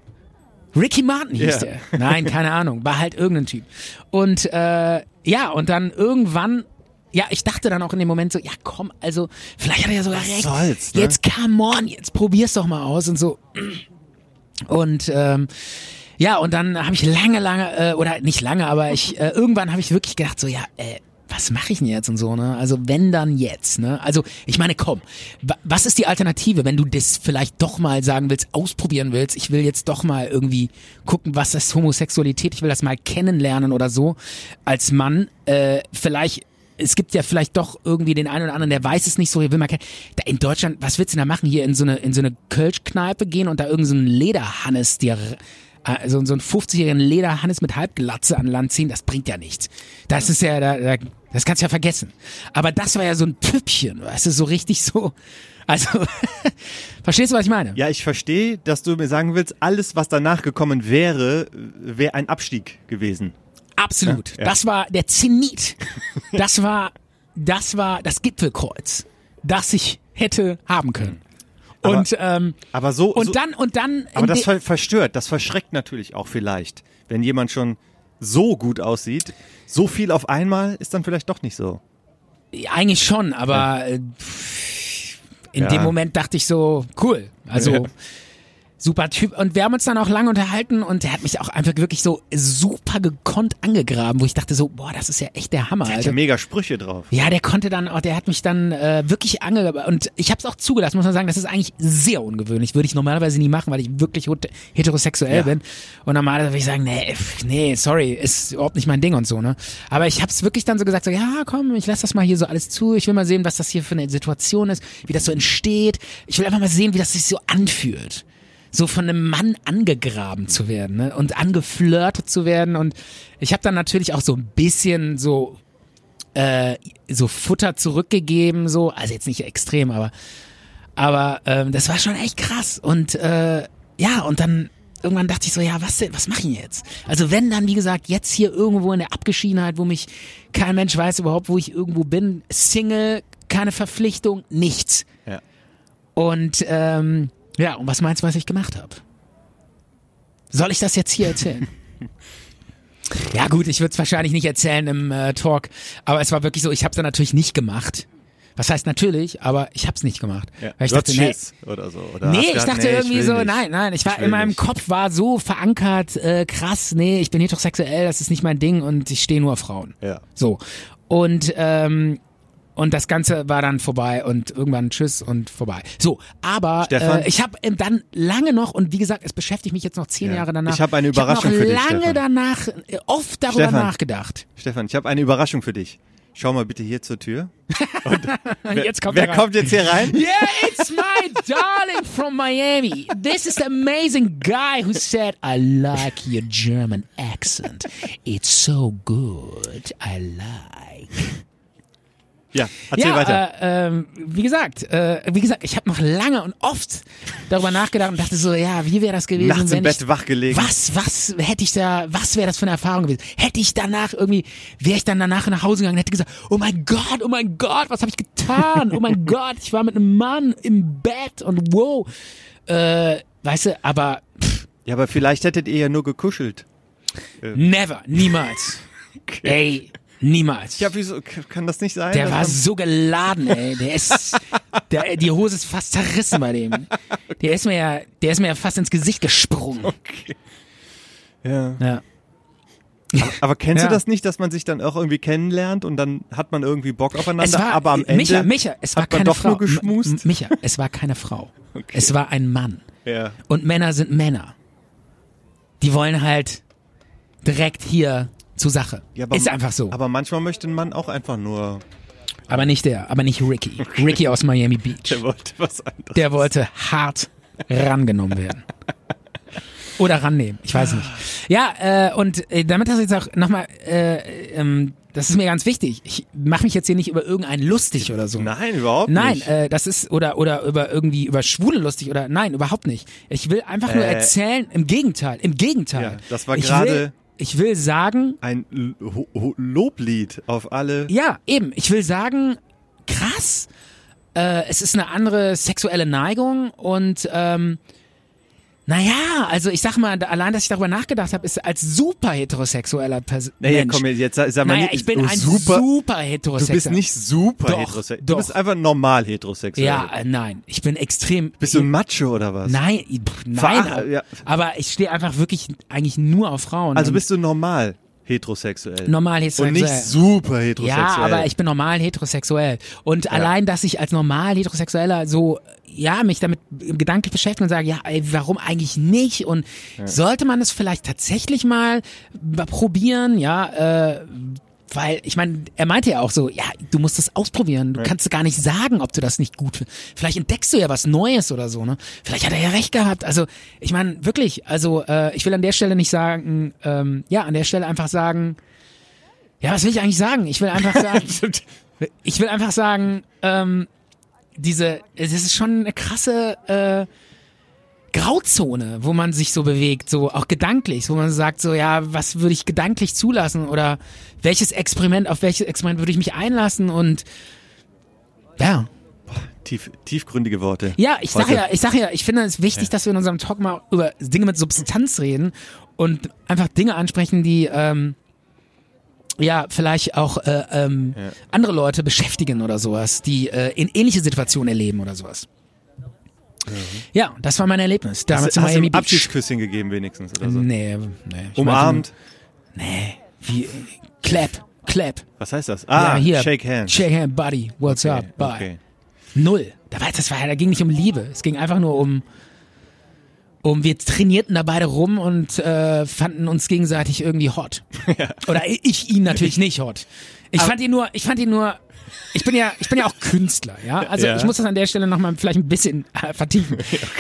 Ricky Martin hieß
Ja.
der. Nein, keine Ahnung, war halt irgendein Typ. Und äh, ja, und dann irgendwann, ja, ich dachte dann auch in dem Moment so, ja komm, also vielleicht hat er ja sogar recht.
soll's, ne?
Jetzt come on, jetzt probier's doch mal aus und so. Und ähm, ja, und dann habe ich lange, lange, äh, oder nicht lange, aber ich äh, irgendwann habe ich wirklich gedacht, so, ja, äh, was mache ich denn jetzt und so, ne? Also wenn dann jetzt, ne? Also ich meine, komm, wa- was ist die Alternative, wenn du das vielleicht doch mal sagen willst, ausprobieren willst, ich will jetzt doch mal irgendwie gucken, was ist Homosexualität, ich will das mal kennenlernen oder so, als Mann, äh, vielleicht es gibt ja vielleicht doch irgendwie den einen oder anderen, der weiß es nicht so, hier will man kein, da in Deutschland, was willst du denn da machen? Hier in so eine, in so eine Kölschkneipe gehen und da irgendeinen so einen Lederhannes dir, äh, so, so einen 50-jährigen Lederhannes mit Halbglatze an Land ziehen, das bringt ja nichts. Das ist ja, da, da, das kannst du ja vergessen. Aber das war ja so ein Püppchen, weißt du, so richtig so, also, (laughs) verstehst du, was ich meine?
Ja, ich verstehe, dass du mir sagen willst, alles, was danach gekommen wäre, wäre ein Abstieg gewesen.
Absolut.
Ja, ja.
Das war der Zenit. Das war, das war das Gipfelkreuz, das ich hätte haben können.
Aber-
Und, ähm,
Aber so.
und
so,
dann, und dann, in
aber das
de-
ver verstört, das verschreckt natürlich auch vielleicht, wenn jemand schon so gut aussieht. So viel auf einmal ist dann vielleicht doch nicht so.
eigentlich schon, aber äh, pff, in
Ja.
dem Moment dachte ich so, cool. Also,
Ja.
super Typ. Und wir haben uns dann auch lange unterhalten und er hat mich auch einfach wirklich so super gekonnt angegraben, wo ich dachte so, boah, das ist ja echt der Hammer,
Hat
Alter.
ja mega Sprüche drauf.
Ja, der konnte dann auch, der hat mich dann äh, wirklich ange... Und ich habe es auch zugelassen, muss man sagen, das ist eigentlich sehr ungewöhnlich. Würde ich normalerweise nie machen, weil ich wirklich hot- heterosexuell
Ja.
bin. Und normalerweise würde ich sagen, nee, pff, nee, sorry, ist überhaupt nicht mein Ding und so, ne? Aber ich habe es wirklich dann so gesagt, so, ja, komm, ich lass das mal hier so alles zu. Ich will mal sehen, was das hier für eine Situation ist, wie das so entsteht. Ich will einfach mal sehen, wie das sich so anfühlt. So von einem Mann angegraben zu werden ne? und angeflirtet zu werden. Und ich habe dann natürlich auch so ein bisschen so äh, so Futter zurückgegeben, so, also jetzt nicht extrem, aber aber ähm, das war schon echt krass und äh, ja und dann irgendwann dachte ich so, ja was denn, was mache ich jetzt? Also wenn dann wie gesagt jetzt hier irgendwo in der Abgeschiedenheit, wo mich kein Mensch weiß überhaupt, wo ich irgendwo bin, Single, keine Verpflichtung, nichts
Ja.
und ähm, ja und was meinst du, was ich gemacht habe? Soll ich das jetzt hier erzählen?
(laughs)
Ja gut, ich würde es wahrscheinlich nicht erzählen im äh, Talk, aber es war wirklich so, ich habe es dann natürlich nicht gemacht. Was heißt natürlich, aber ich habe es nicht gemacht.
Ja.
Weil ich
Du hast
dachte, nee,
Schiss oder so. Oder
nee,
hast
ich
gedacht,
dachte
nee,
irgendwie
will
so,
nicht.
nein, nein, ich war
will
in meinem
nicht.
Kopf war so verankert, äh, krass, nee, ich bin heterosexuell, das ist nicht mein Ding und ich stehe nur auf Frauen.
Ja.
So. Und, ähm, und das Ganze war dann vorbei und irgendwann tschüss und vorbei. So, aber
Stefan?
äh, ich habe dann lange noch, und wie gesagt, es beschäftigt mich jetzt noch zehn
Ja.
Jahre danach.
Ich hab eine Überraschung
ich
für
hab
dich,
noch lange
Stefan.
danach äh, oft darüber
Stefan.
nachgedacht. (laughs)
Stefan, ich habe eine Überraschung für dich. Schau mal bitte hier zur Tür.
Wer, jetzt kommt
Wer
er rein.
kommt jetzt hier
(laughs)
rein?
Yeah, it's my darling from Miami. This is the amazing guy who said, I like your German accent. It's so good. I like.
Ja, erzähl weiter.
Äh, ähm, wie gesagt, äh, wie gesagt, ich habe noch lange und oft darüber nachgedacht und dachte so, ja, wie wäre das gewesen,
Nachts
wenn
im Bett
ich,
wachgelegen.
was, was hätte ich da, was wäre das für eine Erfahrung gewesen? Hätte ich danach irgendwie, wäre ich dann danach nach Hause gegangen und hätte gesagt, oh mein Gott, oh mein Gott, was habe ich getan? Oh mein Gott, ich war mit einem Mann im Bett und wow. Äh, weißt du, aber
Ja, aber vielleicht hättet ihr ja nur gekuschelt.
never, niemals. Ey, Niemals.
Ja, wieso k- kann das nicht sein?
Der
dass
war
man-
so geladen, ey. Der ist, der, die Hose ist fast zerrissen bei dem. Der ist mir ja, der ist mir ja fast ins Gesicht gesprungen.
ja.
Ja.
Aber kennst
Ja.
du das nicht, dass man sich dann auch irgendwie kennenlernt und dann hat man irgendwie Bock
Es
aufeinander,
war,
aber am Ende
Micha, Micha, es war
hat man
keine
doch
Frau.
nur geschmust?
M- M- Micha, es war
(laughs)
keine Frau. Es war ein Mann.
ja.
Und Männer sind Männer. Die wollen halt direkt hier zur Sache.
Ja,
ist einfach so. Aber,
Aber manchmal möchte ein Mann auch einfach nur,
nicht der, aber nicht Ricky. Ricky aus Miami Beach.
der wollte was anderes.
Der wollte hart rangenommen werden. Oder rannehmen, ich weiß nicht. Ja, äh, und äh, damit hast du jetzt auch nochmal, äh, ähm, das ist mir ganz wichtig. Ich mache mich jetzt hier nicht über irgendeinen lustig oder so.
Nein, überhaupt
Nein,
nicht.
äh, das ist oder oder über irgendwie über Schwule lustig oder nein, überhaupt nicht. Ich will einfach nur
Äh.
erzählen. Im Gegenteil, im Gegenteil.
Ja, das war
Ich
gerade-
will- Ich will sagen,
Ein L- Ho- Ho- Loblied auf alle.
ja, eben. Ich will sagen, krass. Äh, es ist eine andere sexuelle Neigung und ähm, naja, also ich sag mal, da- allein, dass ich darüber nachgedacht habe, ist als super heterosexueller Person.
Naja, komm jetzt, jetzt sag sag mal
naja,
nicht,
ich bin
oh,
ein super,
super. du
heterosexueller.
bist nicht super
Doch,
heterosexuell.
doch.
Du bist einfach normal heterosexuell.
Ja, äh, nein, ich bin extrem.
Bist du ein Macho oder was?
Nein, i- pff, nein.
Verach-
Aber,
ja.
aber ich stehe einfach wirklich eigentlich nur auf Frauen.
Also
Und
bist du normal heterosexuell.
normal heterosexuell.
Und nicht super heterosexuell.
ja, aber ich bin normal heterosexuell. Und allein, dass ich als normal heterosexueller so, ja, mich damit gedanklich beschäftige und sage, ja, ey, warum eigentlich nicht? Und sollte man es vielleicht tatsächlich mal b- probieren, ja, äh, weil, ich meine, er meinte ja auch so, ja, du musst das ausprobieren. Du kannst gar nicht sagen, ob du das nicht gut findest. Vielleicht entdeckst du ja was Neues oder so, ne? Vielleicht hat er ja recht gehabt. Also, ich meine, wirklich, also, äh, ich will an der Stelle nicht sagen, ähm, ja, an der Stelle einfach sagen, ja, was will ich eigentlich sagen? Ich will einfach sagen, (laughs) ich will einfach sagen, ähm, diese, es ist schon eine krasse äh, Grauzone, wo man sich so bewegt, so auch gedanklich, wo man sagt, so ja, was würde ich gedanklich zulassen oder welches Experiment, auf welches Experiment würde ich mich einlassen und ja,
Tief, tiefgründige Worte.
ja, ich sag
Heute.
ja, ich sag ja, ich finde es wichtig, dass wir in unserem Talk mal über Dinge mit Substanz reden und einfach Dinge ansprechen, die ähm, ja vielleicht auch äh, ähm, andere Leute beschäftigen oder sowas, die äh, in ähnliche Situationen erleben oder sowas. Ja, das war mein Erlebnis. Damals
Mhm. Hast,
in
hast du
Miami
ein
Beach.
Abschiedsküsschen gegeben wenigstens oder so?
Nee, nee. ich
Umarmt.
meinte nur, Wie, clap, clap.
Was heißt das? Ah,
ja, hier.
shake hands.
Shake hand, buddy. What's up? Bye.
Okay.
Null. Da war, das war, da ging nicht um Liebe. Es ging einfach nur um, um wir trainierten da beide rum und äh, fanden uns gegenseitig irgendwie
(laughs)
hot. Oder i- ich ihn natürlich nicht hot. Ich fand ihn nur, ich fand ihn nur, ich bin ja, ich bin ja auch Künstler, ja. Also
Ja.
ich muss das an der Stelle nochmal vielleicht ein bisschen
(laughs)
äh, vertiefen.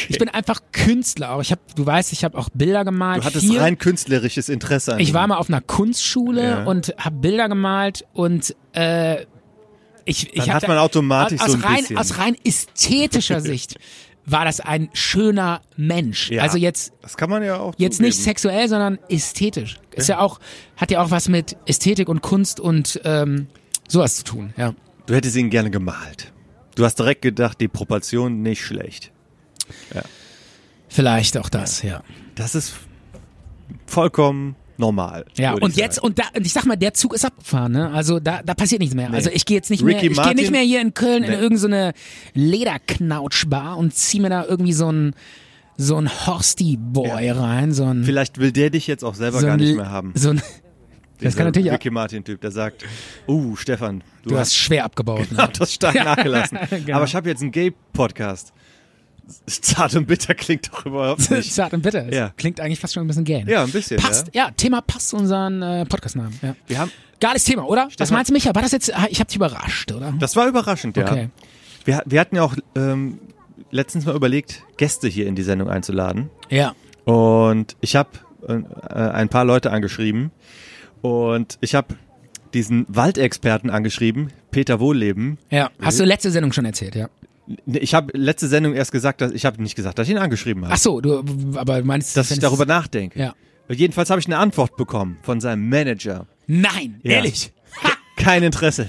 Ich bin einfach Künstler auch. Ich habe, du weißt, ich habe auch Bilder gemalt.
Du hattest
viel.
rein künstlerisches Interesse an
Ich
ihm.
war mal auf einer Kunstschule
Mhm. Ja.
und habe Bilder gemalt und äh, ich, ich
Dann hat
hatte-
man automatisch
aus,
so ein
rein,
bisschen.
aus rein
(laughs)
ästhetischer Sicht war das ein schöner Mensch.
Ja.
Also jetzt
Das kann man ja auch
jetzt
zugeben.
nicht sexuell, sondern ästhetisch. Ist ja auch hat ja auch was mit Ästhetik und Kunst und ähm, sowas zu tun. Ja.
Du hättest ihn gerne gemalt. Du hast direkt gedacht, die Proportion nicht schlecht.
Vielleicht auch das, ja.
Das ist vollkommen normal.
Ja,
würde
und
ich
jetzt,
sagen.
und da, und ich sag mal, der Zug ist abgefahren, ne? Also da, da passiert nichts mehr. Also ich gehe jetzt nicht
Ricky
mehr, ich gehe
Martin?
nicht mehr hier in Köln in
Nee.
irgendeine so eine Lederknautschbar und zieh mir da irgendwie so ein, so ein Horsty-Boy rein, so ein,
Vielleicht will der dich jetzt auch selber
so
gar
ein,
nicht mehr haben.
So ein, das kann natürlich auch,
Ricky Martin-Typ, der
(laughs)
sagt, uh, Stefan, du,
du hast
hast,
schwer abgebaut, ne?
hast (laughs) das stark nachgelassen.
(laughs) Genau.
Aber ich habe jetzt einen Gay-Podcast. Zart und bitter klingt doch
(laughs)
überhaupt nicht.
Zart und bitter. Das
Ja.
Klingt eigentlich fast schon ein bisschen gay. Ne?
Ja, ein bisschen.
Passt,
Ja.
ja. Thema passt zu unseren äh, Podcast-Namen. Ja.
Wir haben,
Geiles Thema, oder? Was
Stefan-
meinst du, Micha? War das jetzt, ah, ich hab dich überrascht, oder?
das war überraschend, ja.
Okay.
Wir, wir hatten ja auch ähm, letztens mal überlegt, Gäste hier in die Sendung einzuladen.
Ja.
Und ich habe äh, ein paar Leute angeschrieben und ich habe diesen Waldexperten angeschrieben, Peter Wohlleben.
Ja. Hast du letzte Sendung schon erzählt, ja?
Ich habe letzte Sendung erst gesagt, dass ich habe nicht gesagt, dass ich ihn angeschrieben habe,
Ach so, du, aber meinst du,
dass ich darüber nachdenke.
Ja.
Jedenfalls habe ich eine Antwort bekommen von seinem Manager.
Nein,
Ja.
ehrlich.
Kein Interesse.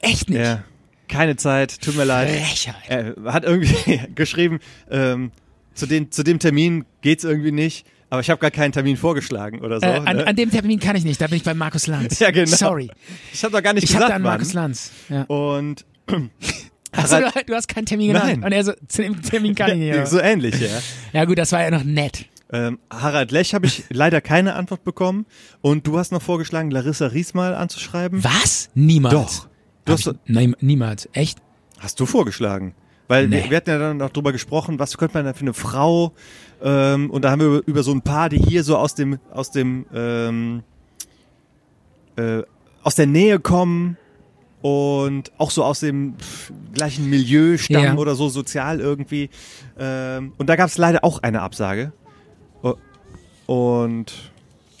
Echt nicht.
Ja. Keine Zeit, tut mir leid.
Frechheit.
(laughs) Er hat irgendwie geschrieben, ähm, zu, den, zu dem Termin geht's irgendwie nicht. Aber ich habe gar keinen Termin vorgeschlagen oder so.
Äh, an,
ne?
an dem Termin kann ich nicht, da bin ich bei Markus Lanz.
(laughs) Ja, genau.
Sorry.
ich habe doch gar nicht
Ich hab
gesagt,
da einen
wann. Oh,
Markus Lanz. Ja.
Und
Achso, du, du hast keinen Termin genannt.
Nein.
Und er so, (laughs) zu dem Termin kann
(laughs)
ich nicht.
ja.
Ja.
so ähnlich, ja.
ja gut, das war ja noch nett.
Ähm, Harald Lech habe ich leider keine Antwort bekommen. Und du hast noch vorgeschlagen, Larissa Ries mal anzuschreiben.
Was? Niemals.
Doch. Du
Du
hast,
hast Nein, niemals. Echt?
hast du vorgeschlagen? Weil
Nee.
wir, wir hatten ja dann noch drüber gesprochen, was könnte man da für eine Frau ähm, und da haben wir über, über so ein paar, die hier so aus dem aus dem ähm, äh, aus der Nähe kommen und auch so aus dem pff, gleichen Milieu stammen
Ja.
oder so sozial irgendwie ähm, und da gab es leider auch eine Absage O- und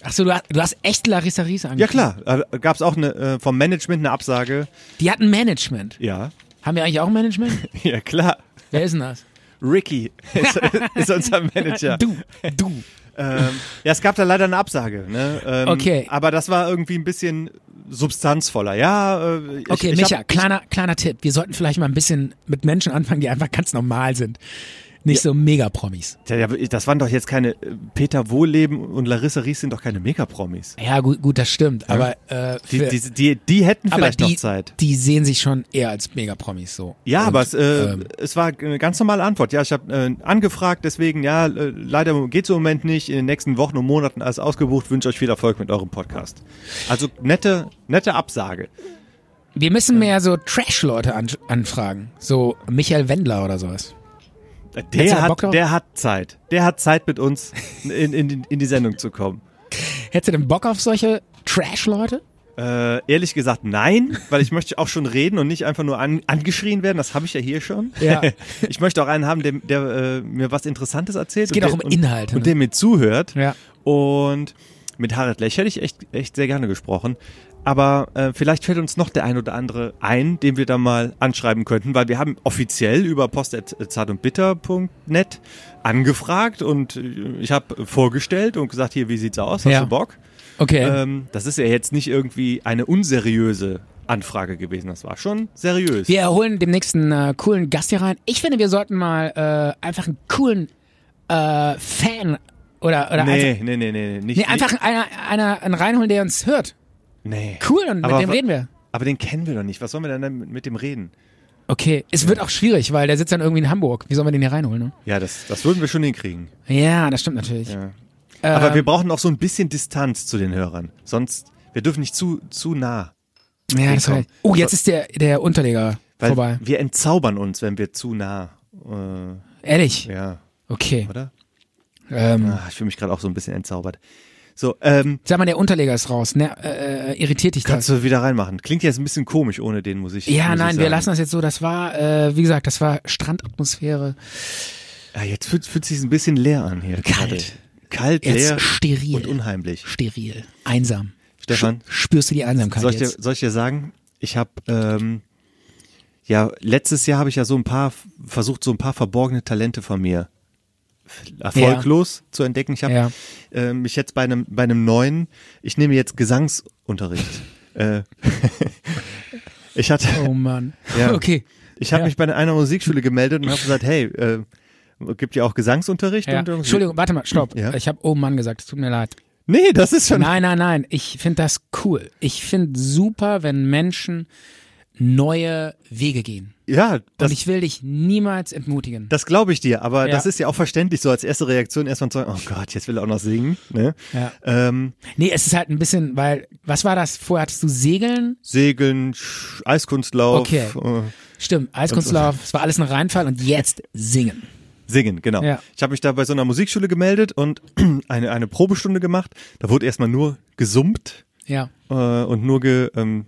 Achso, du hast, du hast echt Larissa Ries angeschrieben.
Ja klar, gab es auch eine, äh, vom Management eine Absage.
Die hatten Management.
Ja.
Haben wir eigentlich auch
(laughs)
ein Management?
Ja klar.
Wer ist denn das?
Ricky (laughs) ist, ist unser Manager.
Du. Du.
Ähm, ja, es gab da leider eine Absage. Ne? Ähm,
Okay.
Aber das war irgendwie ein bisschen substanzvoller. Ja. Äh, ich,
Okay,
ich
Micha,
hab-
kleiner, kleiner Tipp. Wir sollten vielleicht mal ein bisschen mit Menschen anfangen, die einfach ganz normal sind. Nicht so Mega-Promis.
Tja, ja, das waren doch jetzt keine äh, Peter Wohleben und Larissa Ries sind doch keine Megapromis.
Ja, gut, gut, das stimmt. Aber, äh,
Die,
für-
die, die, die hätten
aber
vielleicht
die,
noch Zeit.
die sehen sich schon eher als Mega-Promis so.
Ja,
Und,
aber es, äh,
ähm,
es war eine ganz normale Antwort. Ja, ich habe äh, angefragt, deswegen, ja, äh, leider geht's im Moment nicht. In den nächsten Wochen und Monaten alles ausgebucht. Wünsche euch viel Erfolg mit eurem Podcast. Also nette, nette Absage.
wir müssen mehr so Trash-Leute an, anfragen. So Michael Wendler oder sowas. du da
Der
Bock
hat,
drauf?
der hat Zeit. Der hat Zeit, mit uns in, in, in die Sendung zu kommen.
Hättest du denn Bock auf solche Trash-Leute?
Äh, ehrlich gesagt, nein, weil ich möchte auch schon reden und nicht einfach nur an, angeschrien werden. Das habe ich ja hier schon.
Ja.
(laughs) Ich möchte auch einen haben, der, der äh, mir was Interessantes erzählt. Es
geht
und
auch
der,
um
Und,
Inhalte, ne?
und der mir zuhört.
Ja.
Und mit Harald Lech hätte ich echt, echt sehr gerne gesprochen. Aber äh, vielleicht fällt uns noch der ein oder andere ein, den wir da mal anschreiben könnten, weil wir haben offiziell über post.zartundbitter.net angefragt und äh, ich habe vorgestellt und gesagt, hier, wie sieht's aus? Hast
Ja.
du Bock?
Okay.
Ähm, das ist ja jetzt nicht irgendwie eine unseriöse Anfrage gewesen. Das war schon seriös.
wir holen demnächst einen äh, coolen Gast hier rein. Ich finde, wir sollten mal äh, einfach einen coolen äh, Fan oder, oder einfach,
nee, nee, nee, nee, nicht,
also- nee, einfach einer, einer einen reinholen, der uns hört.
Nee.
Cool, und mit
Aber
dem
wa-
reden wir.
Aber den kennen wir doch nicht. Was sollen wir denn dann mit, mit dem reden?
Okay, es wird auch schwierig, weil der sitzt dann irgendwie in Hamburg. Wie sollen wir den hier reinholen? Ne?
Ja, das, das würden wir schon hinkriegen.
Ja, das stimmt natürlich.
Ja.
Ähm,
Aber wir brauchen auch so ein bisschen Distanz zu den Hörern. Sonst, wir dürfen nicht zu, zu nah.
ja, das war
kommen.
Oh, jetzt ist der, der Unterleger
Weil
vorbei.
wir entzaubern uns, wenn wir zu nah. Äh,
Ehrlich?
ja,
Okay.
oder?
Ähm,
Ah, ich fühle mich gerade auch so ein bisschen entzaubert. So, ähm,
Sag mal, der Unterleger ist raus. Ne, äh, äh, irritiert dich das?
kannst du wieder reinmachen. Klingt jetzt ein bisschen komisch ohne den, muss ich
Ja,
muss ich
nein, wir
sagen.
lassen das jetzt so. Das war, äh, wie gesagt, das war Strandatmosphäre.
Ja, Ah, jetzt fühlt, fühlt sich ein bisschen leer an hier.
Kalt.
gerade. Kalt,
Jetzt
leer
steril.
und unheimlich.
Steril. Einsam.
Stefan?
Sch- Spürst du die Einsamkeit
Soll ich, dir,
jetzt?
soll ich dir sagen, ich habe ähm, ja letztes Jahr habe ich ja so ein paar versucht, so ein paar verborgene Talente von mir erfolglos zu entdecken. Ich habe
Ja.
äh, mich jetzt bei einem bei einem neuen, ich nehme jetzt
(laughs)
Gesangsunterricht. äh, ich hatte
Oh Mann.
Ja.
(laughs) Okay.
ich habe
Ja.
mich bei einer Musikschule gemeldet und habe gesagt, hey, äh, gibt ja auch Gesangsunterricht?
Ja.
Und irgendwie-
Entschuldigung, warte mal, stopp.
Ja.
Ich habe oh Mann gesagt, es tut mir leid.
Nee, das ist schon
Nein, nein, nein. Ich finde das cool. Ich finde super, wenn Menschen neue Wege gehen.
ja, das
Und ich will dich niemals entmutigen.
Das glaube ich dir, aber
Ja.
das ist ja auch verständlich, so als erste Reaktion erstmal zu sagen, oh Gott, jetzt will er auch noch singen. Ne?
Ja.
Ähm,
Nee, es ist halt ein bisschen, weil, was war das? Vorher hattest du Segeln?
Segeln, Sch Eiskunstlauf,
Okay.
äh,
Stimmt, Eiskunstlauf. Es war alles ein Reinfall und jetzt singen.
singen, genau.
Ja.
Ich habe mich da bei so einer Musikschule gemeldet und (clears throat) eine, eine Probestunde gemacht. Da wurde erstmal nur gesummt
Ja.
äh, und nur ge, ähm,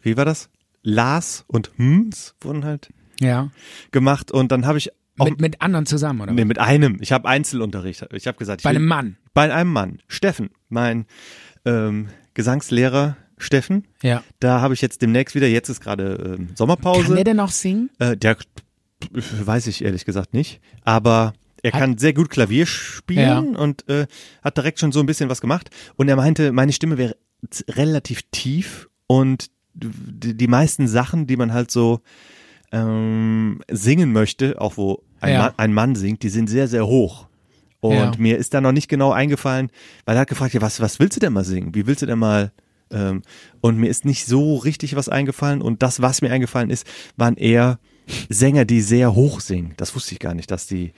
wie war das? Las und Hms wurden halt
Ja.
gemacht und dann habe ich auch
Mit, mit anderen zusammen, oder?
Nee, mit einem. Ich habe Einzelunterricht. Ich habe gesagt, ich
Bei
will-
einem Mann.
bei einem Mann, Steffen, mein ähm, Gesangslehrer Steffen.
Ja.
Da habe ich jetzt demnächst wieder, jetzt ist gerade ähm, Sommerpause.
Kann der denn noch singen?
äh, der weiß ich ehrlich gesagt nicht, aber er kann sehr gut Klavier spielen und äh, hat direkt schon so ein bisschen was gemacht. Und er meinte, meine Stimme wäre z- relativ tief und die, die meisten Sachen, die man halt so ähm, singen möchte, auch wo ein,
Ja.
Mann, ein Mann singt, die sind sehr, sehr hoch. Und
Ja.
mir ist da noch nicht genau eingefallen, weil er hat gefragt, ja, was, was willst du denn mal singen? Wie willst du denn mal? Ähm, und mir ist nicht so richtig was eingefallen. Und das, was mir eingefallen ist, waren eher Sänger, die sehr hoch singen. Das wusste ich gar nicht, dass die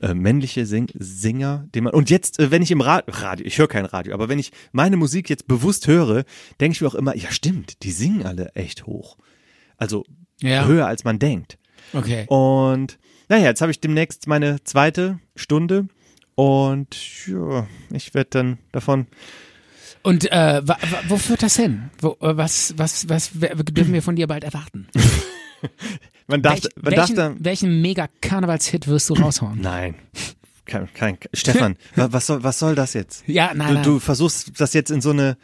äh, männliche Sing Singer, den man. Und jetzt, äh, wenn ich im Ra Radio, ich höre kein Radio, aber wenn ich meine Musik jetzt bewusst höre, denke ich mir auch immer, ja stimmt, die singen alle echt hoch. Also
Ja.
höher als man denkt.
Okay.
Oh. Und naja, jetzt habe ich demnächst meine zweite Stunde und ja, ich werde dann davon.
Und äh, wa, wa, wo führt das hin? Wo, äh, was, was, was wer- dürfen wir von dir bald erwarten?
Man darf,
Welch-
man darf
welchen
dann.
welchen Mega-Karnevalshit wirst du raushauen?
Nein. Kein, kein,
(laughs)
Stefan, wa- was soll, was soll das jetzt?
Ja, nein,
Du,
nein.
du versuchst das jetzt in so eine.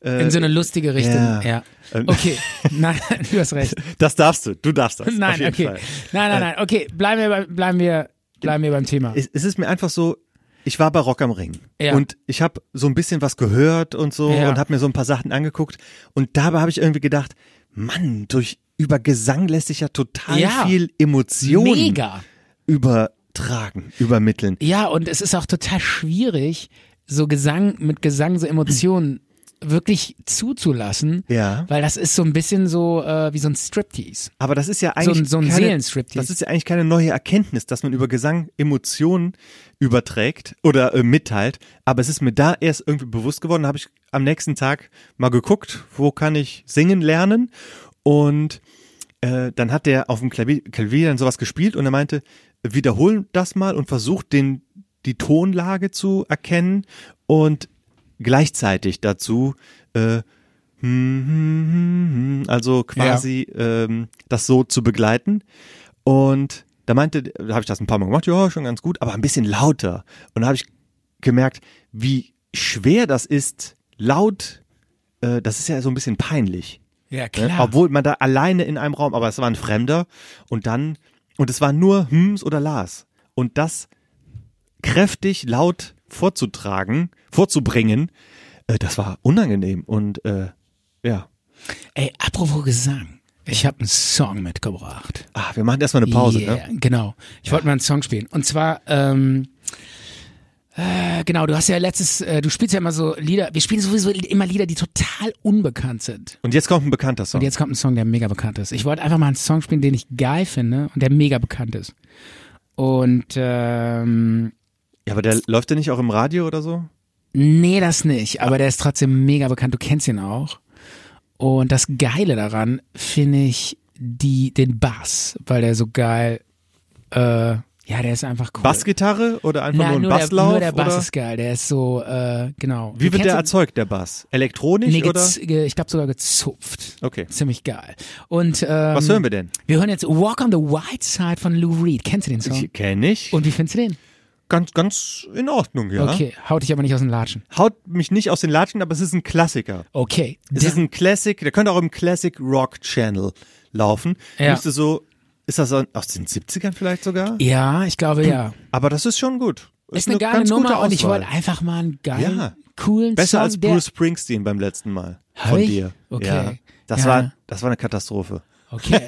Äh,
In so eine lustige Richtung.
ja.
Ja.
Ähm.
Okay. (laughs) Nein, du hast recht.
das darfst du, du darfst das. auf
Nein,
jeden
okay.
Fall.
Nein, nein, nein. Okay, bleiben wir, bei- bleiben wir, bleiben wir beim Thema.
es, es ist mir einfach so, ich war bei Rock am Ring
Ja.
und ich habe so ein bisschen was gehört und so
Ja.
und habe mir so ein paar Sachen angeguckt und dabei habe ich irgendwie gedacht, Mann, durch über Gesang lässt sich ja total
Ja.
viel Emotion
Mega.
übertragen, übermitteln.
Ja, und es ist auch total schwierig, so Gesang mit Gesang, so Emotionen wirklich zuzulassen.
Ja.
Weil das ist so ein bisschen so äh, wie so ein Striptease.
Aber das ist ja eigentlich
so ein
keine,
Seelenstriptease.
Das ist ja eigentlich keine neue Erkenntnis, dass man über Gesang Emotionen überträgt oder äh, mitteilt. Aber es ist mir da erst irgendwie bewusst geworden. Habe ich am nächsten Tag mal geguckt, wo kann ich singen lernen? Und äh, dann hat der auf dem Klavier, Klavier dann sowas gespielt und er meinte, wiederhol das mal und versuch den die Tonlage zu erkennen und gleichzeitig dazu äh, hm, also quasi ähm, das so zu begleiten. Und da meinte, da habe ich das ein paar Mal gemacht, ja, schon ganz gut, aber ein bisschen lauter. Und da habe ich gemerkt, wie schwer das ist, laut, äh, das ist ja so ein bisschen peinlich.
Ja,
Ne? Obwohl man da alleine in einem Raum, aber es war ein Fremder und dann, und es waren nur Hms oder Las. Und das kräftig laut vorzutragen, vorzubringen, äh, das war unangenehm und äh, ja.
Ey, apropos Gesang. Ich habe einen Song mitgebracht.
Ah, wir machen erstmal eine Pause, ne?
yeah, Genau. Ich wollte mal einen Song spielen. Und zwar, ähm, äh, genau, du hast ja letztes, äh, du spielst ja immer so Lieder, wir spielen sowieso immer Lieder, die total unbekannt sind.
Und jetzt kommt ein bekannter Song.
Und jetzt kommt ein Song, der mega bekannt ist. Ich wollte einfach mal einen Song spielen, den ich geil finde und der mega bekannt ist. Und ähm,
ja, aber der läuft der nicht auch im Radio oder so?
nee, das nicht, aber der ist trotzdem mega bekannt, du kennst ihn auch. Und das Geile daran finde ich die, den Bass, weil der so geil, äh, ja, der ist einfach cool.
Bassgitarre oder einfach nur ein
Nein, nur, der,
Basslauf?
nur der Bass
oder?
ist geil, der ist so, äh, genau.
Wie
Du
wird
kennst
der
ihn-
erzeugt, der Bass? Elektronisch
Nee,
oder?
gez, ge- ich glaube sogar gezupft.
Okay.
Ziemlich geil. Und ähm,
Was hören wir denn?
Wir hören jetzt Walk on the White Side von Lou Reed. Kennst du den Song?
Kenne ich.
Und wie findest du den?
ganz, ganz in Ordnung, ja.
Okay, haut dich aber nicht aus den Latschen.
Haut mich nicht aus den Latschen, aber es ist ein Klassiker.
Okay.
Es ist ein Classic, der könnte auch im Classic Rock Channel laufen.
Ja.
Müsste so, ist das aus den 70ern vielleicht sogar?
ja, ich glaube ja.
Aber das ist schon gut.
Ist eine, geile
ganz gute
Nummer und ich
Auswahl.
wollte einfach mal einen geilen,
Ja.
coolen
Besser
Song.
als
der-
Bruce Springsteen beim letzten Mal.
Hab
von
ich?
dir.
Okay.
Ja. Das,
Ja.
War, das war eine Katastrophe. (laughs)
Okay.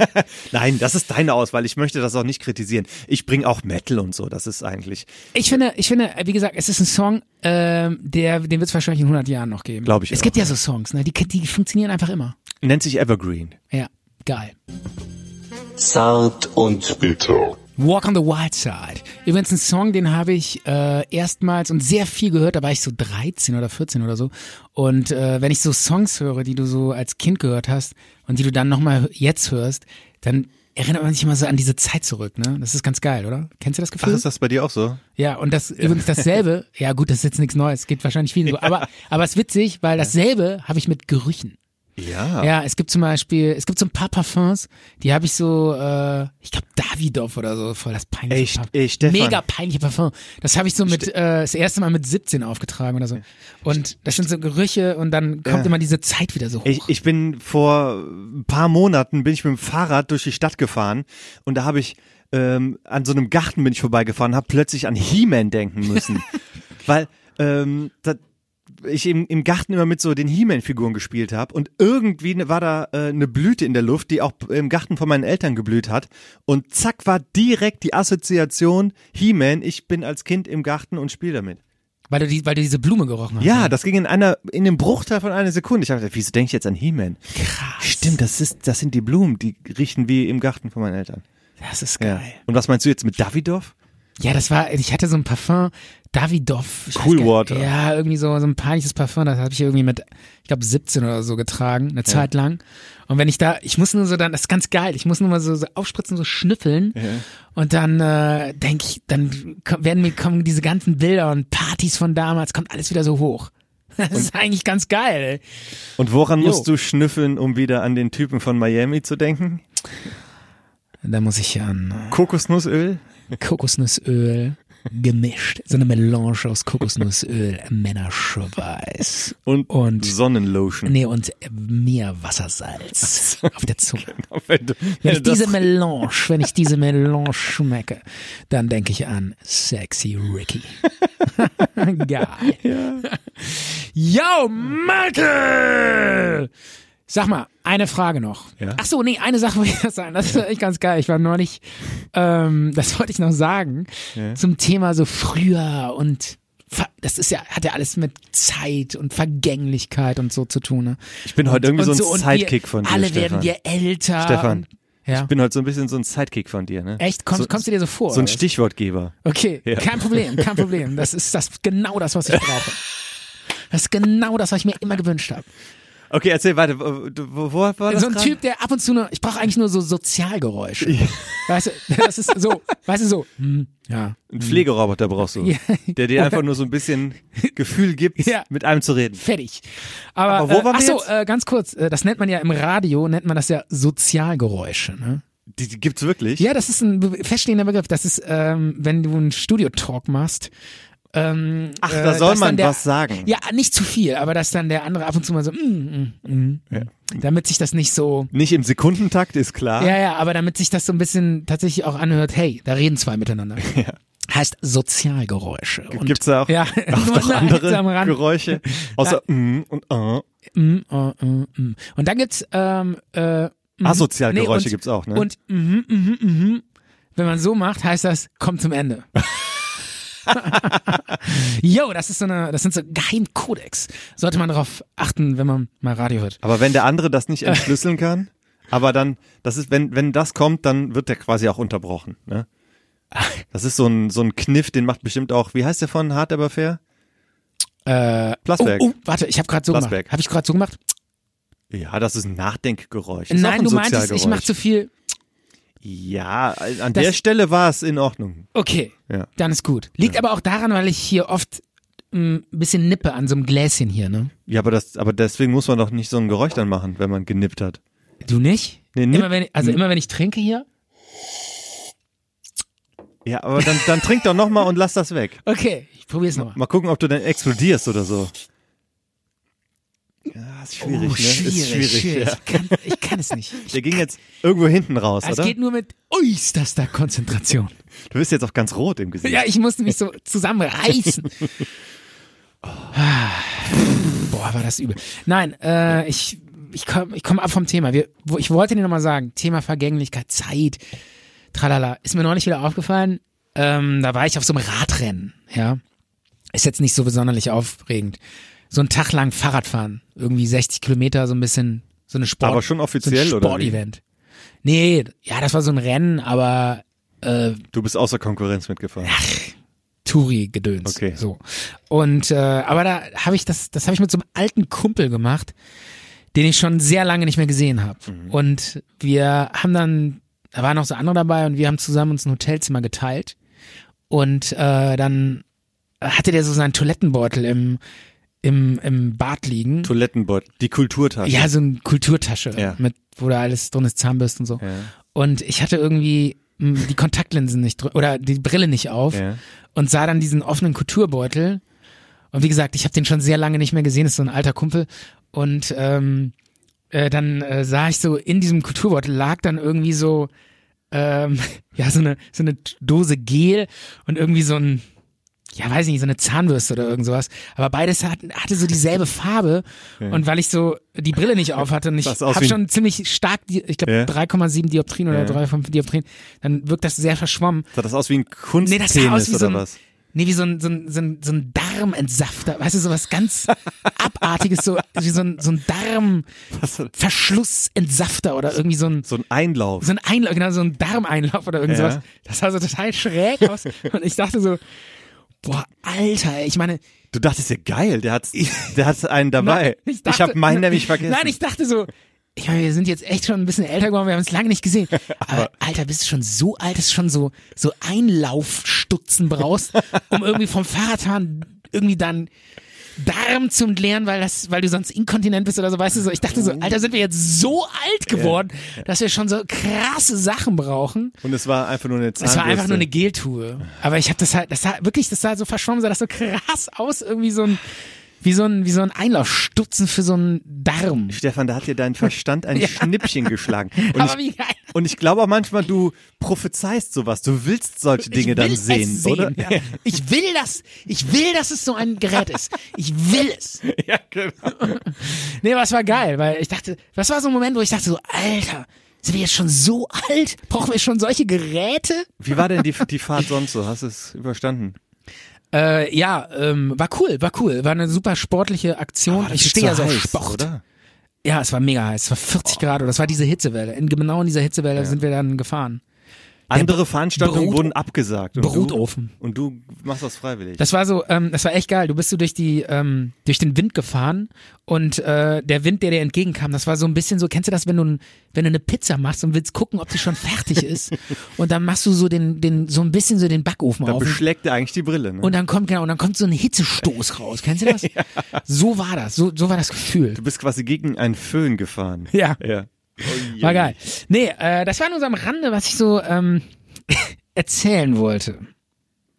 Nein, das ist deine Auswahl. Ich möchte das auch nicht kritisieren. Ich bringe auch Metal und so. Das ist eigentlich,
Ich finde, ich finde, wie gesagt, es ist ein Song, ähm, der, den wird es wahrscheinlich in 100 Jahren noch geben.
Glaub ich
Es
auch,
gibt ja so Songs, ne? die, die funktionieren einfach immer.
nennt sich Evergreen.
Ja, geil.
Zart und bitter.
Walk on the Wild Side. Übrigens ein Song, den habe ich äh, erstmals und sehr viel gehört, da war ich so 13 oder 14 oder so. Und äh, wenn ich so Songs höre, die du so als Kind gehört hast und die du dann nochmal jetzt hörst, dann erinnert man sich immer so an diese Zeit zurück, ne? Das ist ganz geil, oder? Kennst du das
Ach,
Gefühl?
ist das bei dir auch so?
ja, und das übrigens
(laughs)
dasselbe, ja gut, das ist jetzt nichts Neues, geht wahrscheinlich vielen so, aber aber es ist witzig, weil dasselbe habe ich mit Gerüchen.
Ja.
Ja, es gibt zum Beispiel, es gibt so ein paar Parfums, die habe ich so, äh, ich glaube Davidoff oder so, voll das peinliche
Ey, St- ey, Stefan.
Mega peinliche Parfum. Das habe ich so mit, äh, das erste Mal mit 17 aufgetragen oder so. Und das sind so Gerüche und dann kommt
Ja.
immer diese Zeit wieder so hoch.
Ich, ich bin vor ein paar Monaten bin ich mit dem Fahrrad durch die Stadt gefahren und da habe ich ähm, an so einem Garten bin ich vorbeigefahren, habe plötzlich an He-Man denken müssen, weil ähm, da, ich im, im Garten immer mit so den He-Man-Figuren gespielt habe und irgendwie ne- war da äh, eine Blüte in der Luft, die auch im Garten von meinen Eltern geblüht hat und zack war direkt die Assoziation He-Man, ich bin als Kind im Garten und spiele damit.
Weil du, die, weil du diese Blume gerochen hast.
Ja, das ging in einer, in einem Bruchteil von einer Sekunde. Ich habe gedacht, wieso denke ich jetzt an He-Man? Krass. Stimmt, das ist, das sind die Blumen, die riechen wie im Garten von meinen Eltern.
Das ist
Ja.
geil.
Und was meinst du jetzt mit Davidoff?
Ja. das war, ich hatte so ein Parfum, Davidoff. ich weiß
Cool
gar-
Water.
Ja, irgendwie so, so ein peinliches Parfum, das habe ich irgendwie mit, ich glaube 17 oder so getragen, eine Zeit lang. Und wenn ich da, ich muss nur so dann, das ist ganz geil, ich muss nur mal so, so aufspritzen, so schnüffeln. Und dann äh, denke ich, dann ko- werden mir kommen diese ganzen Bilder und Partys von damals, kommt alles wieder so hoch. (laughs) Das ist eigentlich ganz geil.
Und woran
Jo.
musst du schnüffeln, um wieder an den Typen von Miami zu denken?
Da muss ich an
Kokosnussöl?
Kokosnussöl gemischt. So eine Melange aus Kokosnussöl, Männerschweiß.
Und,
Und-
Sonnenlotion.
Nee, und Meerwassersalz auf der Zunge.
Wenn du,
(laughs) Wenn
wenn
ich
du das-
diese Melange, wenn ich diese Melange schmecke, dann denke ich an Sexy Ricky. (laughs) Geil. Yo, Malte! Sag mal, eine Frage noch.
Ja?
Ach so, nee, eine Sache wollte ich noch sagen. Das ist echt ganz geil. Ich war neulich, ähm, das wollte ich noch sagen, zum Thema so früher und ver- das ist ja, hat ja alles mit Zeit und Vergänglichkeit und so zu tun. Ne?
ich bin heute irgendwie
und
so ein
und
Sidekick
wir,
von dir,
Alle
Stefan.
werden wir älter.
Stefan,
Ja.
ich bin heute so ein bisschen so ein Sidekick von dir, ne?
Echt? Kommst,
so,
kommst du dir so vor?
so ein
oder was?
Stichwortgeber.
Okay,
Ja.
kein Problem, kein Problem. Das ist das genau das, was ich brauche. Das ist genau das, was ich mir immer gewünscht habe.
Okay, erzähl, warte, wo, wo, wo war das
So ein
gerade?
Typ, der ab und zu nur, ich brauche eigentlich nur so Sozialgeräusche. Weißt du, das ist so, weißt du so, hm, ja.
Ein Pflegeroboter brauchst du,
Ja.
der
(laughs)
dir einfach nur so ein bisschen Gefühl gibt,
Ja.
mit einem zu reden.
Fertig. Aber,
Aber wo
äh,
waren wir
ach so,
jetzt?
äh, ganz kurz, äh, das nennt man ja im Radio, nennt man das ja Sozialgeräusche, ne?
Die, die gibt's wirklich?
Ja, das ist ein be- feststehender Begriff. Das ist, ähm, wenn du einen Studio-Talk machst. Ähm,
Ach,
äh,
da soll
dass dann
man
der,
was sagen.
Ja, nicht zu viel, aber dass dann der andere ab und zu mal so, mm, mm, mm, damit sich das nicht so.
Nicht im Sekundentakt, ist klar.
Ja, ja, aber damit sich das so ein bisschen tatsächlich auch anhört, hey, da reden
(laughs)
zwei miteinander. Heißt Sozialgeräusche. Und-
Gibt's da auch,
Ja,
(laughs) auch
nur
noch
eine
andere
Eins am Rand.
Geräusche? Außer mm und äh.
Mm, äh, äh, mm. Und dann gibt's ähm, äh, mhm.
Asozialgeräusche
und-
gibt's auch, ne?
Und mhm, mhm, mhm. wenn man so macht, heißt das, kommt
(laughs)
zum Ende. (laughs) Jo, das ist so eine, das sind so Geheimkodex. Sollte man darauf achten, wenn man mal Radio hört.
aber wenn der andere das
Äh.
nicht entschlüsseln kann, aber dann, das ist, wenn, wenn das kommt, dann wird der quasi auch unterbrochen, ne? Das ist so ein, so ein Kniff, den macht bestimmt auch, wie heißt der von Hard Aber Fair? Äh,
Oh,
Plasberg.
oh, warte, ich habe gerade so
Plasberg.
gemacht. Habe ich gerade so gemacht?
Ja, das ist ein Nachdenkgeräusch. Das ist auch
Nein,
ein
du meintest, ich mache
Sozialgeräusch.
zu viel.
Ja, an
Das-
der Stelle war es in Ordnung.
Okay,
Ja.
dann ist gut. Liegt aber auch daran, weil ich hier oft mm, ein bisschen nippe an so einem Gläschen hier, ne?
Ja, aber das, aber deswegen muss man doch nicht so ein Geräusch dann machen, wenn man genippt hat.
Du nicht?
Nee, nipp-
immer wenn, also immer wenn ich trinke hier?
Ja, aber dann, dann trink doch nochmal und lass das weg.
Okay, ich probier's nochmal.
Mal gucken, ob du dann explodierst oder so. Ja, ist schwierig,
oh,
ne?
schwierig,
ist schwierig.
schwierig.
Ja.
Ich, kann, ich kann es
(laughs)
nicht.
Der ging jetzt irgendwo hinten raus,
Es
oder?
geht nur mit äußerster Konzentration.
Du bist jetzt auch ganz rot im Gesicht.
Ja, ich musste mich so zusammenreißen. Ah, Boah, war das übel. Nein, äh, ich, ich komme ich komm ab vom Thema. Wir, wo, ich wollte dir nochmal sagen, Thema Vergänglichkeit, Zeit, tralala. Ist mir neulich wieder aufgefallen, ähm, da war ich auf so einem Radrennen, ja. Ist jetzt nicht so besonderlich aufregend. So einen Tag lang Fahrradfahren, irgendwie 60 Kilometer, so ein bisschen, so eine Sport.
Aber schon offiziell,
so ein
oder wie?
Sportevent. Nee, ja, das war so ein Rennen, aber
Du bist außer Konkurrenz mitgefahren.
Touri-Gedöns.
Okay.
So. Und äh, aber da habe ich das, das habe ich mit so einem alten Kumpel gemacht, den ich schon sehr lange nicht mehr gesehen habe.
Mhm.
Und wir haben dann, da waren noch so andere dabei und wir haben zusammen uns ein Hotelzimmer geteilt. Und äh, dann hatte der so seinen Toilettenbeutel im, im, im Bad liegen.
Toilettenbeutel, die Kulturtasche.
Ja, so eine Kulturtasche,
Ja.
mit, wo da alles drin ist, Zahnbürsten und so.
Ja.
Und ich hatte irgendwie mh, die Kontaktlinsen nicht drin oder die Brille nicht auf
Ja.
und sah dann diesen offenen Kulturbeutel. Und wie gesagt, ich habe den schon sehr lange nicht mehr gesehen, ist so ein alter Kumpel. Und ähm, äh, dann äh, sah ich so, in diesem Kulturbeutel lag dann irgendwie so, (laughs) ähm, ja, so eine, so eine Dose Gel und irgendwie so ein ja, weiß nicht, so eine Zahnbürste oder irgend sowas. Aber beides hat, hatte
(laughs)
so dieselbe Farbe. Und weil ich so die Brille nicht auf hatte und ich
Sah's aus
habe
wie
schon ziemlich stark, die- ich glaube
Ja.
3,7 Dioptrien oder
Ja.
3,5 Dioptrien, dann wirkt das sehr verschwommen.
Sah das aus wie ein
Nee,
Kunstpenis
das sah aus wie
oder
so ein,
was?
Nee, wie so ein, so ein, so ein, so ein Darmentsafter. Weißt du, so
(laughs)
was ganz Abartiges, so, wie so ein, so ein Darmverschlussentsafter oder irgendwie so ein,
So ein Einlauf.
so ein Einlauf, genau, so ein Darmeinlauf oder irgend
Ja.
sowas. Das sah so total schräg aus. Und ich dachte so, boah, Alter, ey, ich meine,
Du dachtest ja geil, der hat der hat einen dabei.
Nein,
ich habe meinen nämlich vergessen.
(laughs) Nein, ich dachte so, ich meine, wir sind jetzt echt schon ein bisschen älter geworden, wir haben es lange
(laughs)
nicht gesehen. Aber Alter, bist du schon so alt, dass du schon so, so Einlaufstutzen brauchst, um irgendwie vom Fahrradfahren irgendwie dann Darm zum Leeren, weil das, weil du sonst inkontinent bist oder so, weißt du so. Ich dachte so,
Oh.
Alter, sind wir jetzt so alt geworden, dass wir schon so krasse Sachen brauchen.
Und es war einfach nur eine Zahnbürste.
Es war einfach nur eine Geltube. Aber ich habe das halt, das sah wirklich, das sah so verschwommen, sah das so krass aus, irgendwie so ein, wie so ein, wie so ein Einlaufstutzen für so einen Darm.
Stefan, da hat dir
(laughs)
dein Verstand ein Schnippchen geschlagen. Und
Aber
ich,
wie geil.
und ich glaube auch manchmal, du prophezeist sowas. Du willst solche Dinge
ich will
dann sehen,
es sehen,
oder? (laughs)
Ja. Ich will das, ich will, dass es so ein Gerät ist. Ich will es.
ja, genau.
Nee, aber es war geil, weil ich dachte, das war so ein Moment, wo ich dachte so, Alter, sind wir jetzt schon so alt? Brauchen wir schon solche Geräte?
Wie war denn die, die Fahrt sonst so? Hast du es überstanden?
Äh, ja, ähm, war cool, war cool. War eine super sportliche Aktion.
das
ich
ist
stehe
so
ja so auf
heiß,
Sport.
oder?
Ja, es war mega heiß. Es war 40 Grad oder es war diese Hitzewelle. In genau in dieser Hitzewelle sind wir dann gefahren.
Andere Veranstaltungen
Brot-
wurden abgesagt. Und
Brotofen.
Du, und du machst das freiwillig.
Das war so, ähm, das war echt geil. Du bist so durch die, ähm, durch den Wind gefahren und äh, der Wind, der dir entgegenkam, das war so ein bisschen so. Kennst du das, wenn du, ein- wenn du eine Pizza machst und willst gucken, ob die schon fertig ist und dann machst du so den, den, so ein bisschen so den Backofen
da
auf. und-
beschlägt er eigentlich die Brille. Ne?
Und dann kommt genau, und dann kommt so ein Hitzestoß raus. Kennst du das? So war das. So, so war das Gefühl.
du bist quasi gegen einen Föhn gefahren.
Ja.
ja.
War geil. Nee, äh, das war nur so am Rande, was ich so ähm, (laughs) erzählen wollte.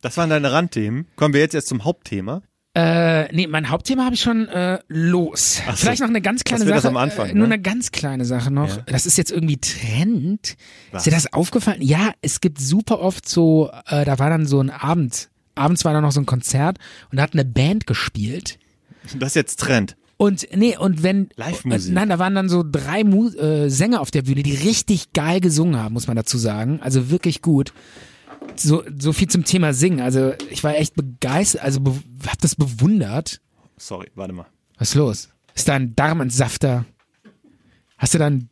Das waren deine Randthemen. Kommen wir jetzt erst zum Hauptthema.
Äh, nee, mein Hauptthema habe ich schon äh, los.
Ach so.
Vielleicht noch eine ganz kleine
Das wird
Sache.
das am Anfang,
äh, nur
ne?
eine ganz kleine Sache noch.
Ja.
Das ist jetzt irgendwie Trend.
Was?
Ist dir das aufgefallen? Ja, es gibt super oft so, äh, da war dann so ein Abend. Abends war dann noch so ein Konzert und da hat eine Band gespielt.
Das ist jetzt Trend.
Und nee, und wenn
Live-Musik.
Nein, da waren dann so drei Mu äh, Sänger auf der Bühne, die richtig geil gesungen haben, muss man dazu sagen. Also wirklich gut. So so viel zum Thema Singen. Also ich war echt begeistert, also be hab das bewundert.
Sorry, warte mal.
Was ist los? Ist da ein Darmentsafter? Hast du dann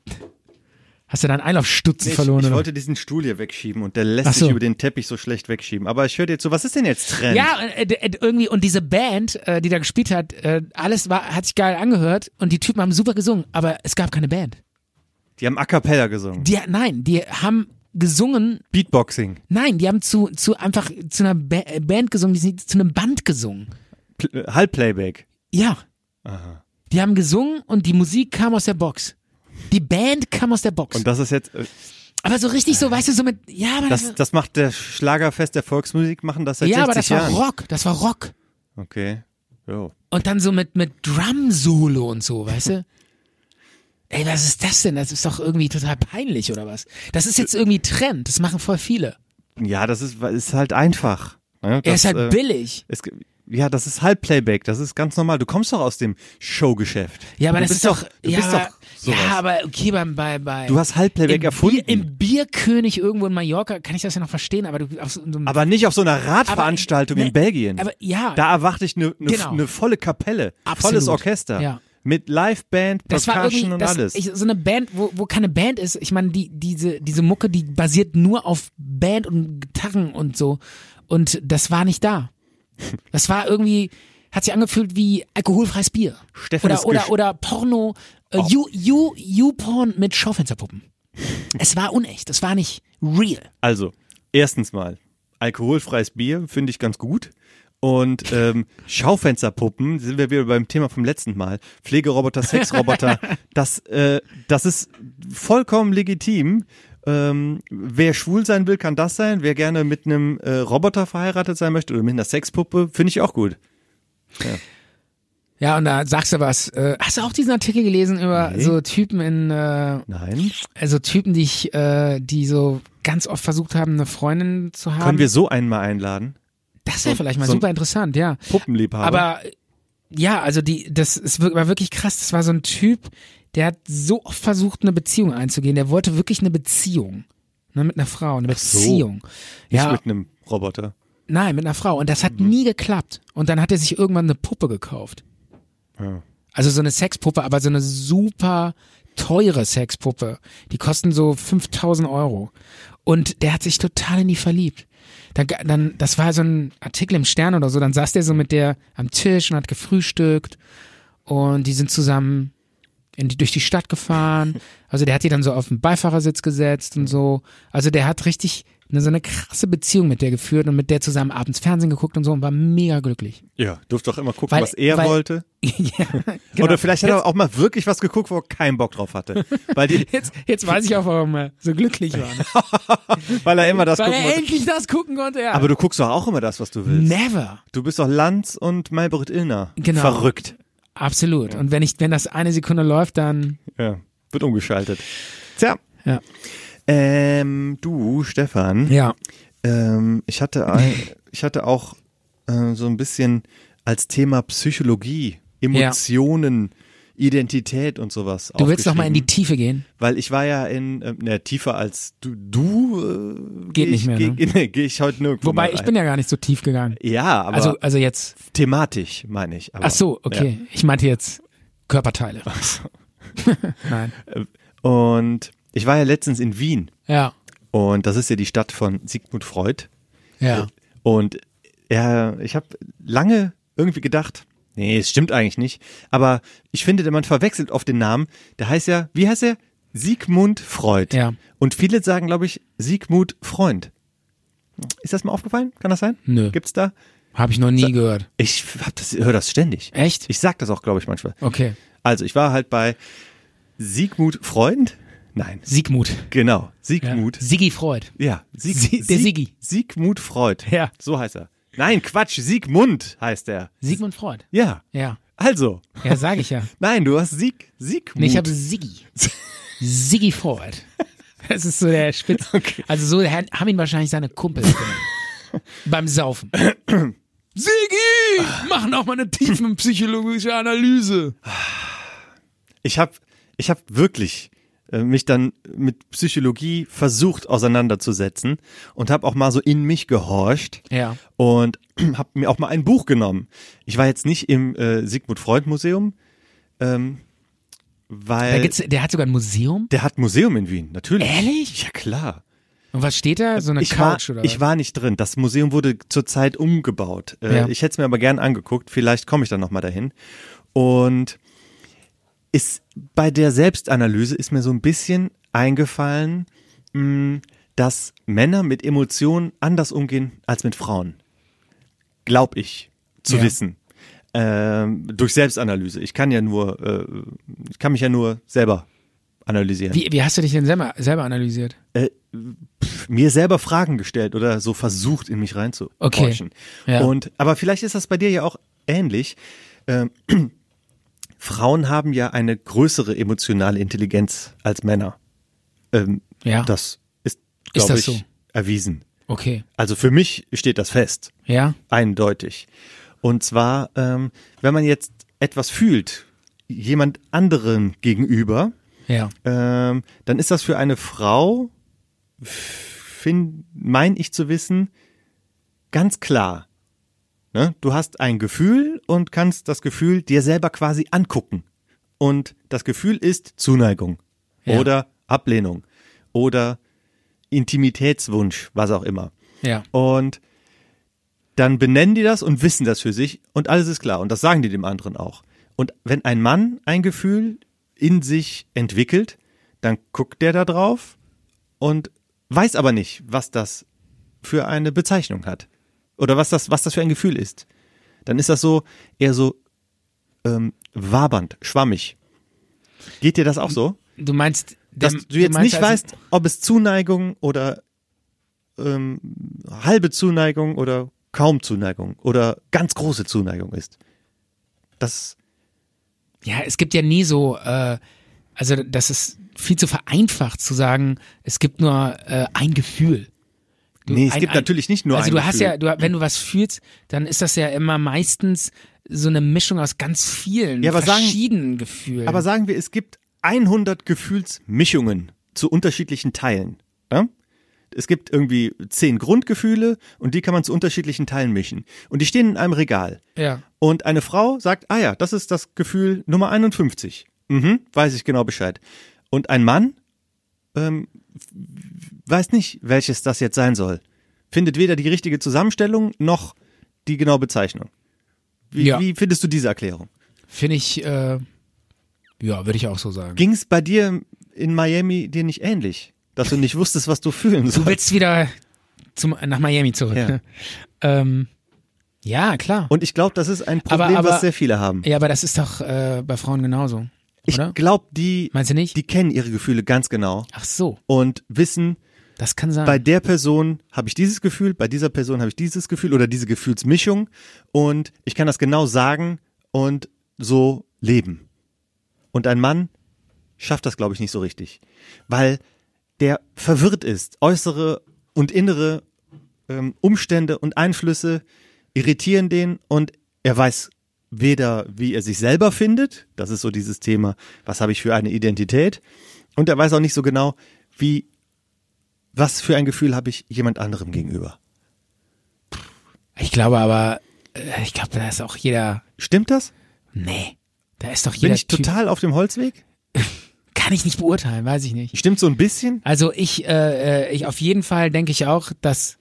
hast du dann Einlaufstutzen
Ich,
verloren?
ich
oder?
wollte diesen Stuhl hier wegschieben und der lässt
Ach so.
sich über den Teppich so schlecht wegschieben. Aber ich höre dir zu, was ist denn jetzt Trend?
Ja, äh, äh, irgendwie und diese Band, äh, die da gespielt hat, äh, alles war hat sich geil angehört und die Typen haben super gesungen, aber es gab keine Band.
Die haben A Cappella gesungen.
Die nein, die haben gesungen
Beatboxing.
Nein, die haben zu, zu einfach zu einer ba äh, Band gesungen, die sind zu einem Band gesungen.
Pl- äh, Halbplayback.
Ja. Die haben gesungen und die Musik kam aus der Box. Die Band kam aus der Box.
Und das ist jetzt, äh,
aber so richtig so, weißt du, so mit, ja, aber das,
das, das macht der Schlagerfest der Volksmusik, machen das seit
Also- ja,
60
aber das war
Jahren.
Rock, das war Rock.
Okay. Jo.
Und dann so mit, mit Drum-Solo und so,
(laughs)
weißt du? Ey, was ist das denn? Das ist doch irgendwie total peinlich oder was? Das ist jetzt irgendwie Trend, das machen voll viele.
Ja, das ist, ist halt einfach. Ne?
Er
Das,
ist halt
äh,
billig.
es ge- ja, das ist Halbplayback, das ist ganz normal. Du kommst doch aus dem Showgeschäft.
Ja, aber
du
das
bist
ist doch,
du
ja,
bist doch
aber-
sowas.
ja, aber okay, beim, bei, bei.
du hast Halbplayback
Im
erfunden.
Bier, Im Bierkönig irgendwo in Mallorca kann ich das ja noch verstehen, aber du auf so einem.
aber nicht auf so einer Radveranstaltung
Aber- ne,
in Belgien.
aber ja.
Da erwarte ich eine ne,
Genau.
ne volle Kapelle,
Absolut.
volles Orchester.
Ja.
Mit Liveband,
das war
Percussion
irgendwie
und
das,
alles.
Ich, so eine Band, wo, wo keine Band ist. Ich meine, die, diese, diese Mucke, die basiert nur auf Band und Gitarren und so. Und das war nicht (laughs) da. Das war irgendwie, hat sich angefühlt wie alkoholfreies Bier.
Stefan
oder,
ist
oder,
gesch-
oder Porno, äh, you, you, you Porn mit (laughs) Schaufensterpuppen. es war unecht, es war nicht real.
Also, erstens mal, alkoholfreies Bier finde ich ganz gut. Und ähm, Schaufensterpuppen, sind wir wieder beim Thema vom letzten Mal. Pflegeroboter,
(laughs)
Sexroboter, das, äh, das ist vollkommen legitim. Ähm, wer schwul sein will, kann das sein. Wer gerne mit einem äh, Roboter verheiratet sein möchte oder mit einer Sexpuppe, finde ich auch gut.
Ja, und da sagst du was. Äh, hast du auch diesen Artikel gelesen über
Nee.
so Typen in, äh,
Nein.
also Typen, die ich, äh, die so ganz oft versucht haben, eine Freundin zu haben?
Können wir so einen mal einladen?
Das wäre vielleicht mal
so ein
super interessant, ja.
Puppenliebhaber.
Aber äh, ja, also die, das ist, wir- war wirklich krass. Das war so ein Typ, der hat so oft versucht, eine Beziehung einzugehen. Der wollte wirklich eine Beziehung. Ne, mit einer Frau, eine
so.
Beziehung.
nicht
Ja,
mit einem Roboter.
nein, mit einer Frau. Und das hat nie geklappt. Und dann hat er sich irgendwann eine Puppe gekauft.
Ja.
Also so eine Sexpuppe, aber so eine super teure Sexpuppe. Die kosten so 5000 Euro. Und der hat sich total in die verliebt. Dann, dann, das war so ein Artikel im Stern oder so. Dann saß der so mit der am Tisch und hat gefrühstückt. Und die sind zusammen in die, durch die Stadt gefahren.
(laughs)
Also der hat die dann so auf den Beifahrersitz gesetzt und so. Also der hat richtig eine, so eine krasse Beziehung mit der geführt und mit der zusammen abends Fernsehen geguckt und so und war mega glücklich. (laughs)
Ja, durfte auch immer gucken,
Weil-
was er
weil-
wollte.
ja, genau.
Oder vielleicht hat er auch mal wirklich was geguckt, wo er keinen Bock drauf
(laughs)
hatte. Weil, die,
Jetzt, jetzt weiß ich auch, warum er so glücklich
(laughs)
war. Ne?
weil er immer das
Weil
gucken
er
wollte.
endlich das gucken konnte, ja.
Aber du guckst doch auch immer das, was du willst.
Never.
Du bist doch Lanz und Maybrit Illner.
Genau.
Verrückt.
Absolut. Und wenn ich, wenn das eine Sekunde läuft, dann.
Ja, wird umgeschaltet. Tja.
Ja.
Ähm, du, Stefan.
Ja.
Ähm, ich, hatte ein, ich hatte auch äh, so ein bisschen als Thema Psychologie, Emotionen, Identität und sowas.
Du willst doch mal in die
aufgeschrieben.
Tiefe gehen.
Weil ich war ja in, ähm, ne, tiefer als du, du äh,
Geht nicht mehr,
Gehe
ne?
geh, (laughs) nee, geh ich heute nirgendwo.
Wobei,
mal
ich
rein.
bin ja gar nicht so tief gegangen.
Ja, aber
Also, also jetzt.
thematisch meine ich. Aber,
Ach so, okay. Ich meinte jetzt Körperteile.
(laughs)
(laughs) Nein.
Ja. Und ich war ja letztens in Wien
Ja.
und das ist ja die Stadt von Sigmund Freud.
Ja.
Und ja, ich habe lange irgendwie gedacht, nee, es stimmt eigentlich nicht. Aber ich finde, man verwechselt oft den Namen. Der heißt ja, wie heißt er? Sigmund Freud.
Ja.
Und viele sagen, glaube ich, Sigmund Freund. Ist das mal aufgefallen? Kann das sein?
Nö.
Gibt's da?
Habe ich noch nie gehört.
Ich hab das, höre das ständig.
Echt?
Ich sag das auch, glaube ich, manchmal.
Okay.
Also, ich war halt bei Sigmund Freund. Nein,
Sigmut.
genau.
Ja.
Sigmund
Sigi Freud.
ja, Sieg,
Sie- der
Sieg-
Siggi.
Siegmund Freud.
Ja.
So heißt er. Nein, Quatsch, Siegmund heißt er.
Sigmund Freud.
Ja.
Ja.
Also,
Ja, sage ich ja.
nein, du hast Sieg, Siegmund.
Nee, ich habe Siggi. Siggi Forward. Das ist so der Spitz. Also so der- haben ihn wahrscheinlich seine Kumpels (laughs) genannt. beim Saufen. Siggi! Mach noch mal eine tiefen psychologische Analyse.
ich habe ich hab wirklich äh, mich dann mit Psychologie versucht auseinanderzusetzen und habe auch mal so in mich gehorcht
Ja.
und (clears throat) habe mir auch mal ein Buch genommen. Ich war jetzt nicht im äh, Sigmund Freud Museum, ähm,
Da
weil
gibt's, der hat sogar ein Museum.
der hat Museum in Wien, natürlich.
Ehrlich?
Ja klar.
Und was steht da? So eine
ich
Couch
war,
oder
Ich
was?
war nicht drin. Das Museum wurde zurzeit umgebaut. Äh,
Ja.
Ich hätte es mir aber gern angeguckt. Vielleicht komme ich dann nochmal dahin. Und ist, bei der Selbstanalyse ist mir so ein bisschen eingefallen, mh, dass Männer mit Emotionen anders umgehen als mit Frauen. Glaub ich zu
Ja.
wissen. Ähm, durch Selbstanalyse. Ich kann ja nur, äh, ich kann mich ja nur selber analysieren
Wie, wie hast du dich denn selber, selber analysiert?
äh, pf, mir selber Fragen gestellt oder so versucht, in mich reinzuhorchen.
Okay. Ja.
Und aber vielleicht ist das bei dir ja auch ähnlich. Ähm, (clears throat) Frauen haben ja eine größere emotionale Intelligenz als Männer. Ähm,
Ja.
Das ist, glaube
das
ich,
so?
erwiesen.
Okay.
Also für mich steht das fest
Ja?
eindeutig. Und zwar, ähm, wenn man jetzt etwas fühlt, jemand anderen gegenüber,
Ja.
ähm, dann ist das für eine Frau, fin- mein ich zu wissen, ganz klar. Ne? Du hast ein Gefühl und kannst das Gefühl dir selber quasi angucken. Und das Gefühl ist Zuneigung
Ja.
oder Ablehnung oder Intimitätswunsch, was auch immer.
Ja.
Und dann benennen die das und wissen das für sich und alles ist klar. Und das sagen die dem anderen auch. Und wenn ein Mann ein Gefühl in sich entwickelt, dann guckt der da drauf und weiß aber nicht, was das für eine Bezeichnung hat. Oder was das, was das für ein Gefühl ist. Dann ist das so eher so ähm, wabernd, schwammig. Geht dir das auch so?
Du meinst, der,
dass du jetzt
meinst
nicht
also-
weißt, ob es Zuneigung oder ähm, halbe Zuneigung oder kaum Zuneigung oder ganz große Zuneigung ist. Das
Ja, es gibt ja nie so, äh, also das ist viel zu vereinfacht zu sagen, es gibt nur äh, ein Gefühl. Du-
Nee, es
ein-
gibt
ein-
natürlich nicht nur
Also
ein
du hast
Gefühl.
ja, du, wenn du was fühlst, dann ist das ja immer meistens so eine Mischung aus ganz vielen
Ja, aber sagen-
verschiedenen Gefühlen.
Aber sagen wir, es gibt 100 Gefühlsmischungen zu unterschiedlichen Teilen. Ja? Es gibt irgendwie zehn Grundgefühle und die kann man zu unterschiedlichen Teilen mischen. Und die stehen in einem Regal.
ja.
Und eine Frau sagt, ah ja, das ist das Gefühl Nummer 51. Mhm, weiß ich genau Bescheid. Und ein Mann ähm, weiß nicht, welches das jetzt sein soll. Findet weder die richtige Zusammenstellung noch die genaue Bezeichnung. Wie,
Ja.
wie findest du diese Erklärung?
Finde ich, äh, ja, würde ich auch so sagen.
Ging es bei dir in Miami dir nicht ähnlich? Dass du nicht wusstest, was du fühlen
Du
sollst?
willst wieder zum, nach Miami zurück.
Ja.
(laughs) ähm, ja, klar.
Und ich glaube, das ist ein Problem,
Aber- aber-
was sehr viele haben.
ja, aber das ist doch äh, bei Frauen genauso,
Ich
oder?
glaube, die,
Meinst du nicht?
die kennen ihre Gefühle ganz genau
Ach so,
und wissen,
das kann sein.
bei der Person habe ich dieses Gefühl, bei dieser Person habe ich dieses Gefühl oder diese Gefühlsmischung und ich kann das genau sagen und so leben. Und ein Mann schafft das, glaube ich, nicht so richtig, weil der verwirrt ist. Äußere und innere ähm, Umstände und Einflüsse irritieren den und er weiß weder, wie er sich selber findet, das ist so dieses Thema, was habe ich für eine Identität, und er weiß auch nicht so genau, wie was für ein Gefühl habe ich jemand anderem gegenüber?
ich glaube aber, äh, ich glaube, da ist auch jeder,
Stimmt das?
nee, da ist doch jeder
Bin ich
Typ.
total auf dem Holzweg?
Kann ich nicht beurteilen, weiß ich nicht.
Stimmt so ein bisschen?
Also ich, äh, äh, ich auf jeden Fall denke ich auch, dass,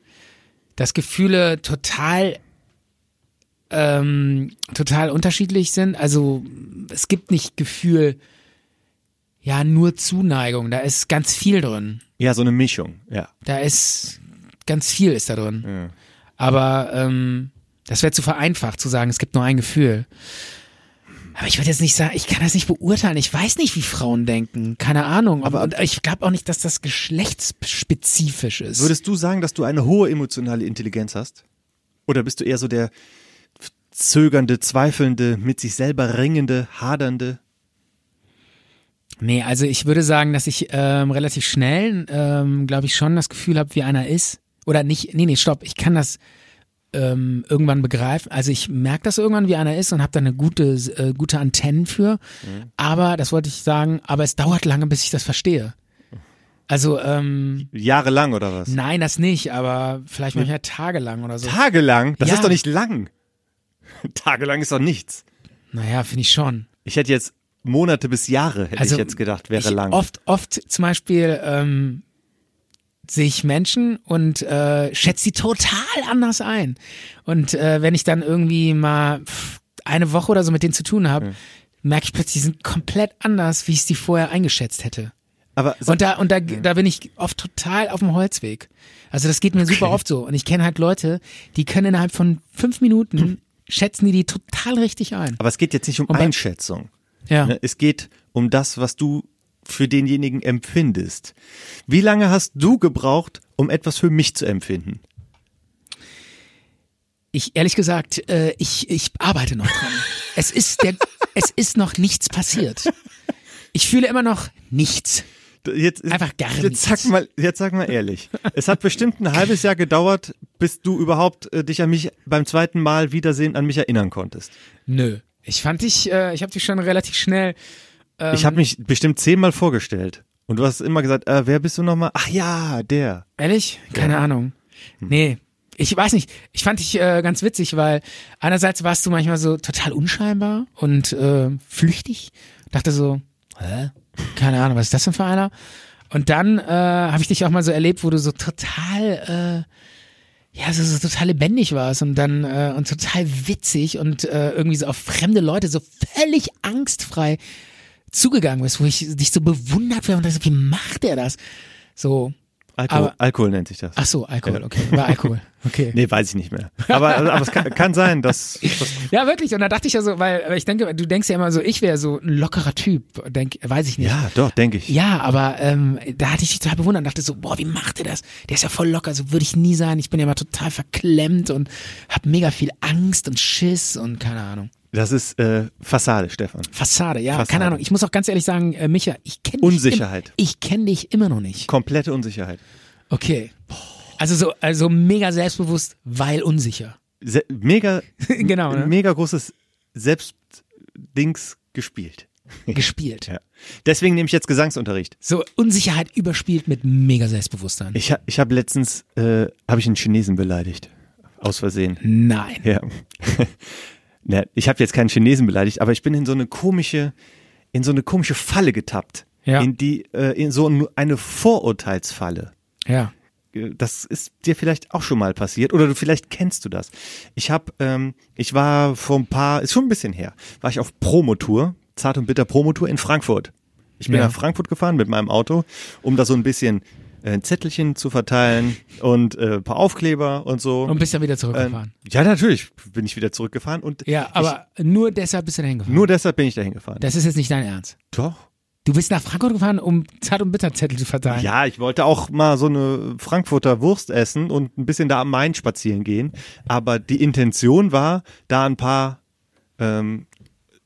dass Gefühle total ähm, total unterschiedlich sind. Also es gibt nicht Gefühl, ja nur Zuneigung. Da ist ganz viel drin.
Ja, so eine Mischung. Ja.
Da ist ganz viel ist da drin. Aber ähm, das wäre zu vereinfacht zu sagen, es gibt nur ein Gefühl. Aber ich würde jetzt nicht sagen, ich kann das nicht beurteilen. Ich weiß nicht, wie Frauen denken. Keine Ahnung. Aber und ich glaube auch nicht, dass das geschlechtsspezifisch ist.
Würdest du sagen, dass du eine hohe emotionale Intelligenz hast? Oder bist du eher so der zögernde, zweifelnde, mit sich selber ringende, hadernde?
nee, also ich würde sagen, dass ich ähm, relativ schnell, ähm, glaube ich, schon das Gefühl habe, wie einer ist. Oder nicht, nee, nee, stopp. Ich kann das ähm, irgendwann begreifen. Also ich merke das irgendwann, wie einer ist und habe da eine gute, äh, gute Antennen für. Aber, das wollte ich sagen, aber es dauert lange, bis ich das verstehe. Also, ähm,
Jahrelang oder was?
Nein, das nicht, aber vielleicht manchmal tagelang oder so.
Tagelang? Das
Ja.
ist doch nicht lang. (laughs) Tagelang ist doch nichts.
naja, finde ich schon.
Ich hätte jetzt Monate bis Jahre, hätte
Also,
ich jetzt gedacht, wäre
ich,
lang.
Oft, oft zum Beispiel ähm, sehe ich Menschen und äh, schätze sie total anders ein. Und äh, wenn ich dann irgendwie mal pff, eine Woche oder so mit denen zu tun habe, merke ich plötzlich, die sind komplett anders, wie ich sie vorher eingeschätzt hätte.
Aber sag-
Und da, und da, da bin ich oft total auf dem Holzweg. Also das geht mir super oft so. Und ich kenne halt Leute, die können innerhalb von
(clears throat)
fünf Minuten schätzen die die total richtig ein.
aber es geht jetzt nicht um
Und bei-
Einschätzung.
Ja.
Ne? Es geht um das, was du für denjenigen empfindest. Wie lange hast du gebraucht, um etwas für mich zu empfinden?
Ich ehrlich gesagt, äh, ich, ich arbeite noch dran. es ist der, es ist noch nichts passiert. Ich fühle immer noch nichts.
D- Jetzt, ist-
Einfach gar
jetzt
nichts.
sag mal, jetzt sag mal ehrlich. Es hat bestimmt ein halbes Jahr gedauert, bis du überhaupt äh, dich an mich beim zweiten Mal Wiedersehen an mich erinnern konntest.
Nö. Ich fand dich, äh, ich habe dich schon relativ schnell.
ich
Ähm.
habe mich bestimmt zehnmal vorgestellt und du hast immer gesagt, äh, wer bist du nochmal? Ach ja, der.
Ehrlich? Keine Ahnung. Nee. Ich weiß nicht. Ich fand dich äh, ganz witzig, weil einerseits warst du manchmal so total unscheinbar und äh, flüchtig. Dachte so, hä? Keine Ahnung, was ist das denn für einer? Und dann äh, habe ich dich auch mal so erlebt, wo du so total, äh, ja, so, so total lebendig warst und dann äh, und total witzig und äh, irgendwie so auf fremde Leute so völlig angstfrei zugegangen bist, wo ich dich so bewundert habe und dachte, so, wie macht er das? So,
Alkohol,
Aber-
Alkohol nennt sich das.
Ach so, Alkohol, okay. War Alkohol. Okay.
(laughs) Nee, weiß ich nicht mehr. Aber, aber es kann, kann sein, dass,
(laughs)
dass
Ja, wirklich. Und da dachte ich ja so, weil äh, ich denke, du denkst ja immer so, ich wäre so ein lockerer Typ. Denk, weiß ich nicht.
ja, doch, denke ich.
Ja, aber ähm, da hatte ich dich total bewundert und dachte so, boah, wie macht er das? Der ist ja voll locker, so würde ich nie sein. Ich bin ja immer total verklemmt und habe mega viel Angst und Schiss und keine Ahnung.
Das ist äh, Fassade, Stefan.
Fassade, ja,
Fassade.
keine Ahnung. Ich muss auch ganz ehrlich sagen, äh, Micha, ich kenne dich. im-
Unsicherheit.
Ich kenne dich immer noch nicht.
Komplette Unsicherheit.
Okay. Also so, also mega selbstbewusst,
(laughs)
weil unsicher.
Se mega,
(laughs) Genau, ne?
mega großes Selbstdings gespielt.
Gespielt.
Ja. Deswegen nehme ich jetzt Gesangsunterricht.
So Unsicherheit überspielt mit mega Selbstbewusstsein.
Ich, ha- ich habe letztens, äh, habe ich einen Chinesen beleidigt. Aus Versehen.
Nein.
Ja. (laughs) Na, ich habe jetzt keinen Chinesen beleidigt, aber ich bin in so eine komische, in so eine komische Falle getappt.
Ja.
In die, äh, in so eine Vorurteilsfalle.
Ja.
Äh, Das ist dir vielleicht auch schon mal passiert oder du vielleicht kennst du das. Ich habe, ähm, ich war vor ein paar, ist schon ein bisschen her, war ich auf Promotour, Zart und Bitter Promotour in Frankfurt. Ich bin
Ja.
nach Frankfurt gefahren mit meinem Auto, um da so ein bisschen äh, Zettelchen zu verteilen und äh, ein paar Aufkleber und so.
Und bist dann wieder
Ähm,
zurückgefahren.
ja, natürlich bin ich wieder zurückgefahren und
ja, aber nur deshalb bist du dahin
ich,
gefahren.
Ähm, nur deshalb bin ich dahin gefahren.
das ist jetzt nicht dein Ernst.
Doch.
Du bist nach Frankfurt gefahren, um Zart- und Bitterzettel zu verteilen.
Ja, ich wollte auch mal so eine Frankfurter Wurst essen und ein bisschen da am Main spazieren gehen, aber die Intention war, da ein paar ähm,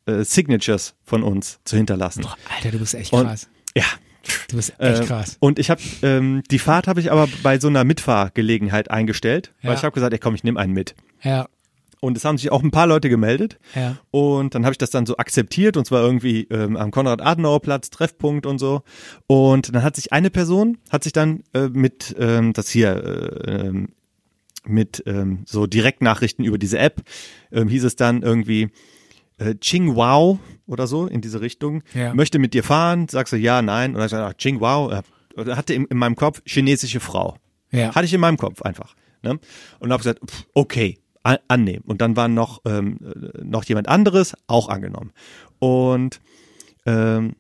äh, Signatures von uns zu hinterlassen.
Boah, Alter, du bist echt
Und-
krass.
Ja.
Du bist echt
Äh,
krass.
Und ich habe ähm, die Fahrt habe ich aber bei so einer Mitfahrgelegenheit eingestellt,
Ja.
weil ich habe gesagt, ey, komm, ich nehme einen mit.
Ja.
Und es haben sich auch ein paar Leute gemeldet.
Ja.
Und dann habe ich das dann so akzeptiert und zwar irgendwie ähm, am Konrad-Adenauer-Platz, Treffpunkt und so. Und dann hat sich eine Person, hat sich dann äh, mit ähm, das hier, äh, ähm, mit ähm, so Direktnachrichten über diese App, ähm, hieß es dann irgendwie äh, Ching Wow oder so in diese Richtung,
Ja.
möchte mit dir fahren, sagst du ja, nein. Und dann sagt er, ach, Ching Wow, äh, und hatte in, in meinem Kopf chinesische Frau.
Ja.
Hatte ich in meinem Kopf einfach. Ne? Und habe gesagt, pff, okay, a- annehmen. Und dann war noch, ähm, äh, noch jemand anderes, auch angenommen. Und ähm,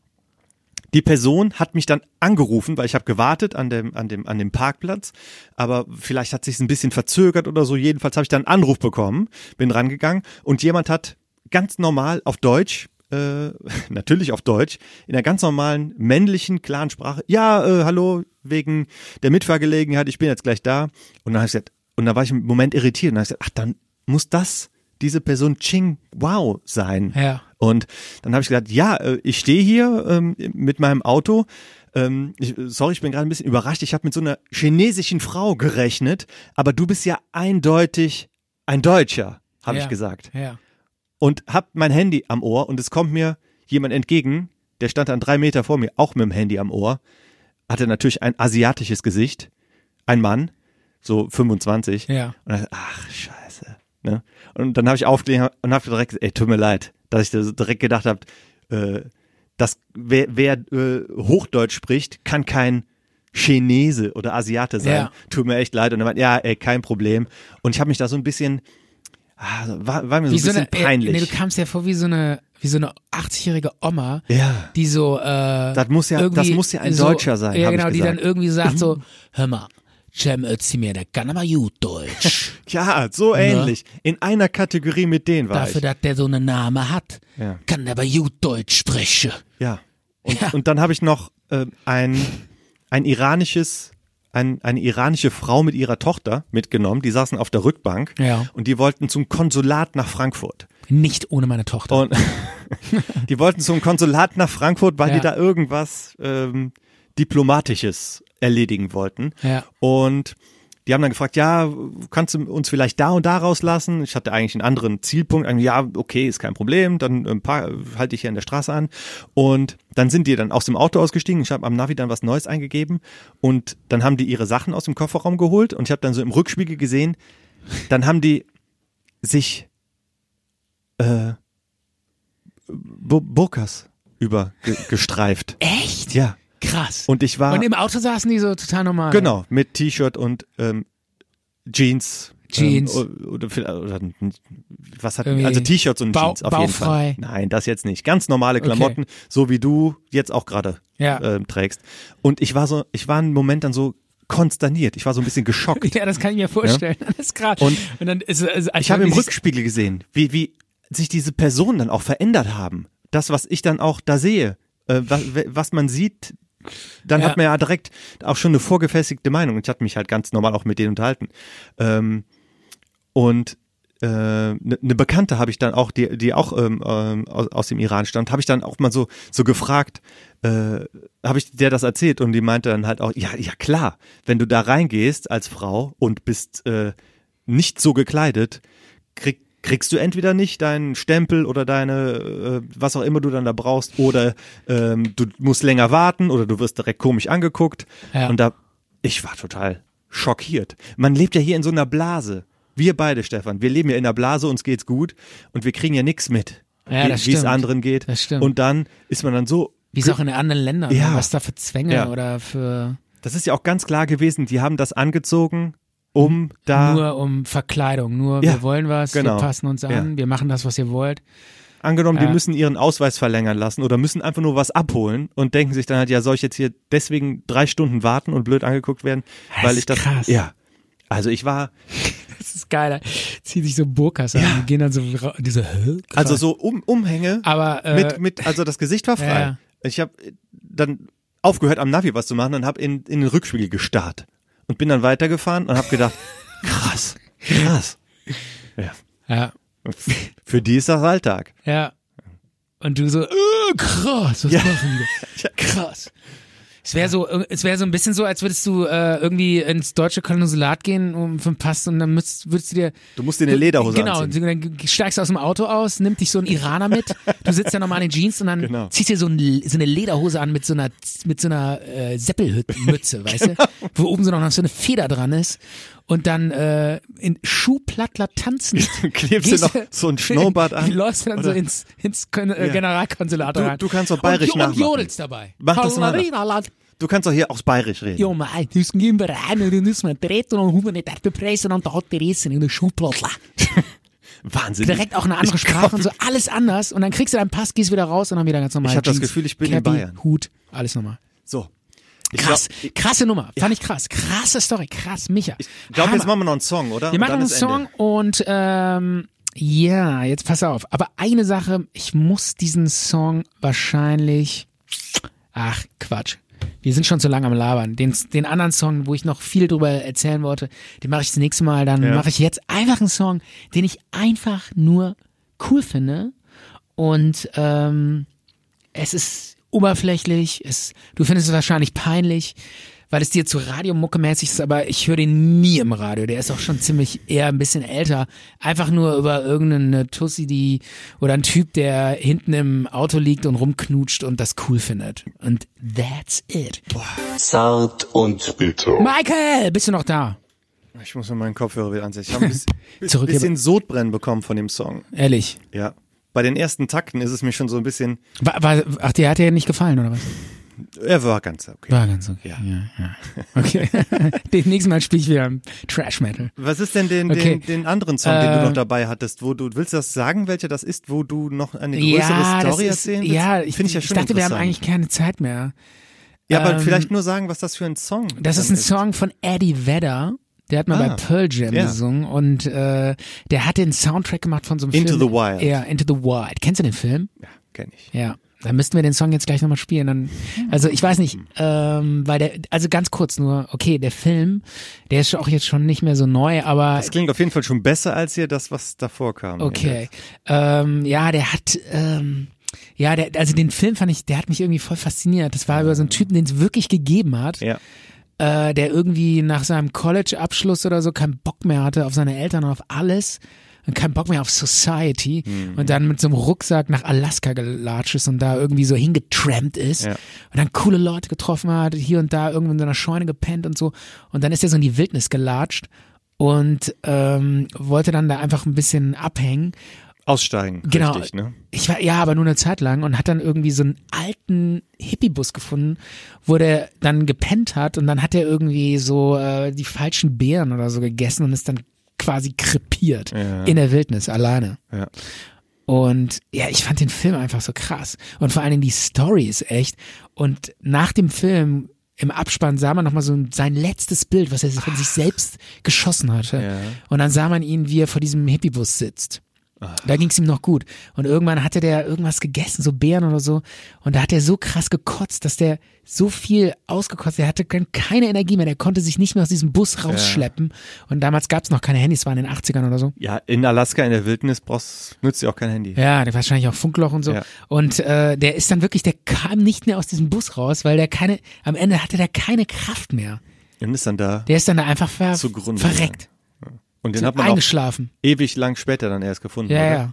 die Person hat mich dann angerufen, weil ich habe gewartet an dem, an, dem, an dem Parkplatz, aber vielleicht hat sich ein bisschen verzögert oder so. Jedenfalls habe ich dann einen Anruf bekommen, bin rangegangen und jemand hat ganz normal auf Deutsch, äh, (laughs) natürlich auf Deutsch, in einer ganz normalen männlichen, klaren Sprache, ja, äh, hallo, wegen der Mitfahrgelegenheit, ich bin jetzt gleich da. Und dann habe ich gesagt, und da war ich im Moment irritiert und dann habe ich gesagt, ach, dann muss das diese Person Ching Wow sein.
Ja.
Und dann habe ich gesagt, ja, äh, ich stehe hier ähm, mit meinem Auto. Ähm, ich, äh, sorry, ich bin gerade ein bisschen überrascht. Ich habe mit so einer chinesischen Frau gerechnet, aber du bist ja eindeutig ein Deutscher, habe
ja.
ich gesagt.
Ja.
Und habe mein Handy am Ohr und es kommt mir jemand entgegen, der stand dann drei Meter vor mir, auch mit dem Handy am Ohr, hatte natürlich ein asiatisches Gesicht, ein Mann, so 25.
Ja.
Und dann, ach, scheiße. Ne? Und dann habe ich aufgelegt und habe direkt gesagt, ey, tut mir leid, dass ich das direkt gedacht habe, äh, dass wer, wer äh, Hochdeutsch spricht, kann kein Chinese oder Asiate sein.
Ja.
Tut mir echt leid. Und er meinte, ja, ey, kein Problem. Und ich habe mich da so ein bisschen, ah, so- war, war mir so ein bisschen
äh,
peinlich.
Nee, du kamst ja vor wie so eine, wie so eine 80-jährige Oma,
ja.
die so, äh, Das
muss ja- das muss ja ein Deutscher sein,
Ja,
hab ich
genau, die dann
gesagt.
irgendwie
(laughs)
sagt so, hör mal, Cem Özdemir, der kann aber gut Deutsch.
(laughs) ja, so ähnlich. In einer Kategorie mit denen war
Dafür,
ich.
dass der so einen Namen hat,
Ja.
kann der aber gut Deutsch sprechen.
Ja. Und,
Ja.
und dann habe ich noch ähm, ein, ein iranisches, ein, eine iranische Frau mit ihrer Tochter mitgenommen. Die saßen auf der Rückbank
Ja.
und die wollten zum Konsulat nach Frankfurt.
Nicht ohne meine Tochter.
Und (laughs) die wollten zum Konsulat nach Frankfurt, weil
Ja.
die da irgendwas ähm, Diplomatisches erledigen wollten.
Ja.
Und die haben dann gefragt, ja, kannst du uns vielleicht da und da rauslassen? Ich hatte eigentlich einen anderen Zielpunkt. Eigentlich, Ja, okay, ist kein Problem. Dann äh, ein paar halte ich hier an der Straße an. Und dann sind die dann aus dem Auto ausgestiegen. Ich habe am Navi dann was Neues eingegeben. Und dann haben die ihre Sachen aus dem Kofferraum geholt. Und ich habe dann so im Rückspiegel gesehen, dann haben die sich äh, Bu- Burkas übergestreift.
Echt?
ja.
Krass.
Und ich war.
Äh, Und im Auto saßen die so total normal.
Genau, mit T-Shirt und ähm, Jeans.
Jeans.
Ähm, o- oder, oder, oder was hat
Irgendwie
also T-Shirts und
bau-
Jeans auf jeden Fall.
bauchfrei.
Nein, das jetzt nicht. Ganz normale Klamotten, so wie du jetzt auch gerade
Ja.
ähm, trägst. Und ich war so, ich war einen Moment dann so konsterniert. Ich war so ein bisschen geschockt.
(laughs) Ja, das kann ich mir vorstellen. (laughs) Das ist krass.
Und-
dann ist, also,
Ich habe im Rückspiegel gesehen, wie, wie sich diese Personen dann auch verändert haben. Das, was ich dann auch da sehe, äh, was, was man sieht, dann
Ja.
hat man ja direkt auch schon eine vorgefestigte Meinung. Ich hatte mich halt ganz normal auch mit denen unterhalten. Ähm, und eine ne Bekannte habe ich dann auch, die, die auch ähm, ähm, aus, aus dem Iran stammt, habe ich dann auch mal so, so gefragt, äh, habe ich der das erzählt und die meinte dann halt auch, ja, ja klar, wenn du da reingehst als Frau und bist äh, nicht so gekleidet, krieg, kriegst du entweder nicht deinen Stempel oder deine, äh, was auch immer du dann da brauchst, oder ähm, du musst länger warten oder du wirst direkt komisch angeguckt.
Ja.
Und da, ich war total schockiert. Man lebt ja hier in so einer Blase. Wir beide, Stefan, wir leben ja in einer Blase, uns geht's gut und wir kriegen ja nichts mit,
Ja,
wie-
das
wie es
stimmt.
anderen geht.
Das stimmt.
Und dann ist man dann so
Wie es auch in anderen Ländern, ne?
Ja.
was da für Zwänge
Ja.
oder für
Das ist ja auch ganz klar gewesen, die haben das angezogen, um da
nur um Verkleidung, nur
Ja,
wir wollen was,
genau.
wir passen uns an, wir machen das, was ihr wollt.
angenommen,
Ja.
die müssen ihren Ausweis verlängern lassen oder müssen einfach nur was abholen und denken sich dann halt, ja, soll ich jetzt hier deswegen drei Stunden warten und blöd angeguckt werden,
Das
weil
ist
ich das.
krass.
Ja. Also ich war,
Das ist geil. Ziehen sich so Burkas an, die gehen dann so ra- diese Hä?
also so um, Umhänge
aber äh,
mit, mit, also das Gesicht war frei.
ja.
Ich habe dann aufgehört am Navi was zu machen und habe in, in den Rückspiegel gestarrt und bin dann weitergefahren und habe
(laughs)
gedacht, krass, krass. Ja.
ja,
Für die ist das Alltag.
ja. Und du so, äh, krass, was
(laughs) Ja.
machen wir? Krass. Es wäre so, es wäre so ein bisschen so, als würdest du äh, irgendwie ins deutsche Konsulat gehen um für einen Pass und dann müsst, würdest du dir
Du musst dir eine Lederhose
genau,
anziehen.
dann steigst du aus dem Auto aus, nimmt dich so ein Iraner mit, du sitzt ja nochmal in den Jeans und dann
Genau.
ziehst dir so, ein, so eine Lederhose an mit so einer, mit so einer
(laughs)
äh, Seppelmütze, weißt
Genau.
du? Wo oben so noch so eine Feder dran ist und dann äh, in Schuhplattler
(laughs)
tanzend.
Klebst du
gehst
noch
du-
so
(laughs)
ein Schnurrbart an?
Läufst du dann so
Oder?
ins, ins Kon- äh,
Ja.
Generalkonsulat
Du-
rein.
du kannst doch bayerisch
und, jo-
nachmachen.
Und jodelst dabei.
Mach das mal nach.
Hallarilalal.
Du kannst doch hier auch bayerisch reden.
Ja, mei, das um. gehen wir rein und dann müssen wir treten und dann haben wir nicht auf den Preis und dann hat der Essen in der Schuhplattler.
Wahnsinn.
(laughs) direkt auch eine andere
Ich
Sprache
glaub-
und so, alles anders. Und dann kriegst du deinen Pass, gehst wieder raus und dann wieder ganz normal.
Ich hab das
Jeans,
Gefühl, ich bin in
Cappy,
Bayern.
Hut, alles normal.
So. Ich
Krass,
glaub- ich-
krasse Nummer, fand ich krass. Krasse Story, krass, Micha.
Ich glaube, jetzt
Hammer.
machen wir noch einen Song, oder?
Wir
Und
machen
dann
einen
ist
Song
Ende.
und ähm, ja, jetzt pass auf. Aber eine Sache, ich muss diesen Song wahrscheinlich. Ach, Quatsch. Wir sind schon zu lange am Labern. Den, den anderen Song, wo ich noch viel drüber erzählen wollte, den mache ich das nächste Mal. Dann
Ja.
mache ich jetzt einfach einen Song, den ich einfach nur cool finde. Und ähm, es ist oberflächlich, es, du findest es wahrscheinlich peinlich, weil es dir zu radiomuckemäßig ist, aber ich höre den nie im Radio. Der ist auch schon ziemlich eher ein bisschen älter. Einfach nur über irgendeine Tussi, die oder ein Typ, der hinten im Auto liegt und rumknutscht und das cool findet. Und that's it.
Zart und bitter.
Michael, bist du noch da?
Ich muss mir meinen Kopfhörer wieder ansetzen. Ich habe ein bisschen,
(laughs) Zurück hier-
bisschen Sodbrennen bekommen von dem Song.
Ehrlich.
Ja. Bei den ersten Takten ist es mir schon so ein bisschen.
War, war, ach, der hat dir nicht gefallen, oder was?
Er war ganz okay.
War ganz okay.
Ja.
ja, ja. Okay. (laughs) Demnächst mal spiele ich wieder Trash Metal.
Was ist denn den,
Okay.
den, den anderen Song, den du
Äh,
noch dabei hattest, wo du willst du das sagen, welcher das ist, wo du noch eine größere
das
Story
ist-
erzählen willst?
Ja, ich,
Finde ich ja
ich
schon
dachte, wir haben
interessant.
eigentlich keine Zeit mehr.
Ja, aber
ähm,
vielleicht nur sagen, was das für ein Song.
Das ist
dann
ein Song von Eddie Vedder. Der hat mal
Ah,
bei Pearl Jam
ja.
gesungen und äh, der hat den Soundtrack gemacht von so einem
Into
Film.
the Wild.
Ja, Into the Wild. Kennst du den Film?
Ja, kenne ich.
Ja. Dann müssten wir den Song jetzt gleich nochmal spielen. Dann, also ich weiß nicht, ähm, weil der, also ganz kurz nur, okay, der Film, der ist auch jetzt schon nicht mehr so neu, aber
Das klingt auf jeden Fall schon besser als hier das, was davor kam.
Okay. Ähm, ja, der hat, ähm, ja, der, also den Film fand ich, der hat mich irgendwie voll fasziniert. Das war über so einen Typen, den es wirklich gegeben hat,
Ja.
äh, der irgendwie nach seinem College-Abschluss oder so keinen Bock mehr hatte auf seine Eltern und auf alles und keinen Bock mehr auf Society
Mhm.
und dann mit so einem Rucksack nach Alaska gelatscht ist und da irgendwie so hingetrampt ist
Ja.
und dann coole Leute getroffen hat, hier und da irgendwo in so einer Scheune gepennt und so und dann ist er so in die Wildnis gelatscht und ähm, wollte dann da einfach ein bisschen abhängen
Aussteigen.
Genau.
Richtig, ne?
Ich war ja, aber nur eine Zeit lang und hat dann irgendwie so einen alten Hippiebus gefunden, wo der dann gepennt hat und dann hat er irgendwie so äh, die falschen Beeren oder so gegessen und ist dann quasi krepiert
Ja.
in der Wildnis alleine.
Ja.
Und ja, ich fand den Film einfach so krass. Und vor allen Dingen die Story ist echt. Und nach dem Film, im Abspann, sah man nochmal so ein- sein letztes Bild, was er von sich selbst geschossen hatte.
Ja.
Und dann sah man ihn, wie er vor diesem Hippiebus sitzt. Da ging es ihm noch gut. Und irgendwann hatte der irgendwas gegessen, so Beeren oder so. Und da hat er so krass gekotzt, dass der so viel ausgekotzt, der hatte kein- keine Energie mehr. Der konnte sich nicht mehr aus diesem Bus rausschleppen. Und damals gab es noch keine Handys, war in den 80ern oder so.
Ja, in Alaska in der Wildnis brauchst, nützt dir auch kein Handy.
Ja, der wahrscheinlich auch Funkloch und so.
Ja.
Und äh, der ist dann wirklich, der kam nicht mehr aus diesem Bus raus, weil der keine, am Ende hatte der keine Kraft mehr.
Und ist dann da.
Der ist dann da einfach ver
Zugrunde
verreckt,
Und den hat man auch
eingeschlafen.
ewig lang später dann erst gefunden.
Ja,
oder?
ja.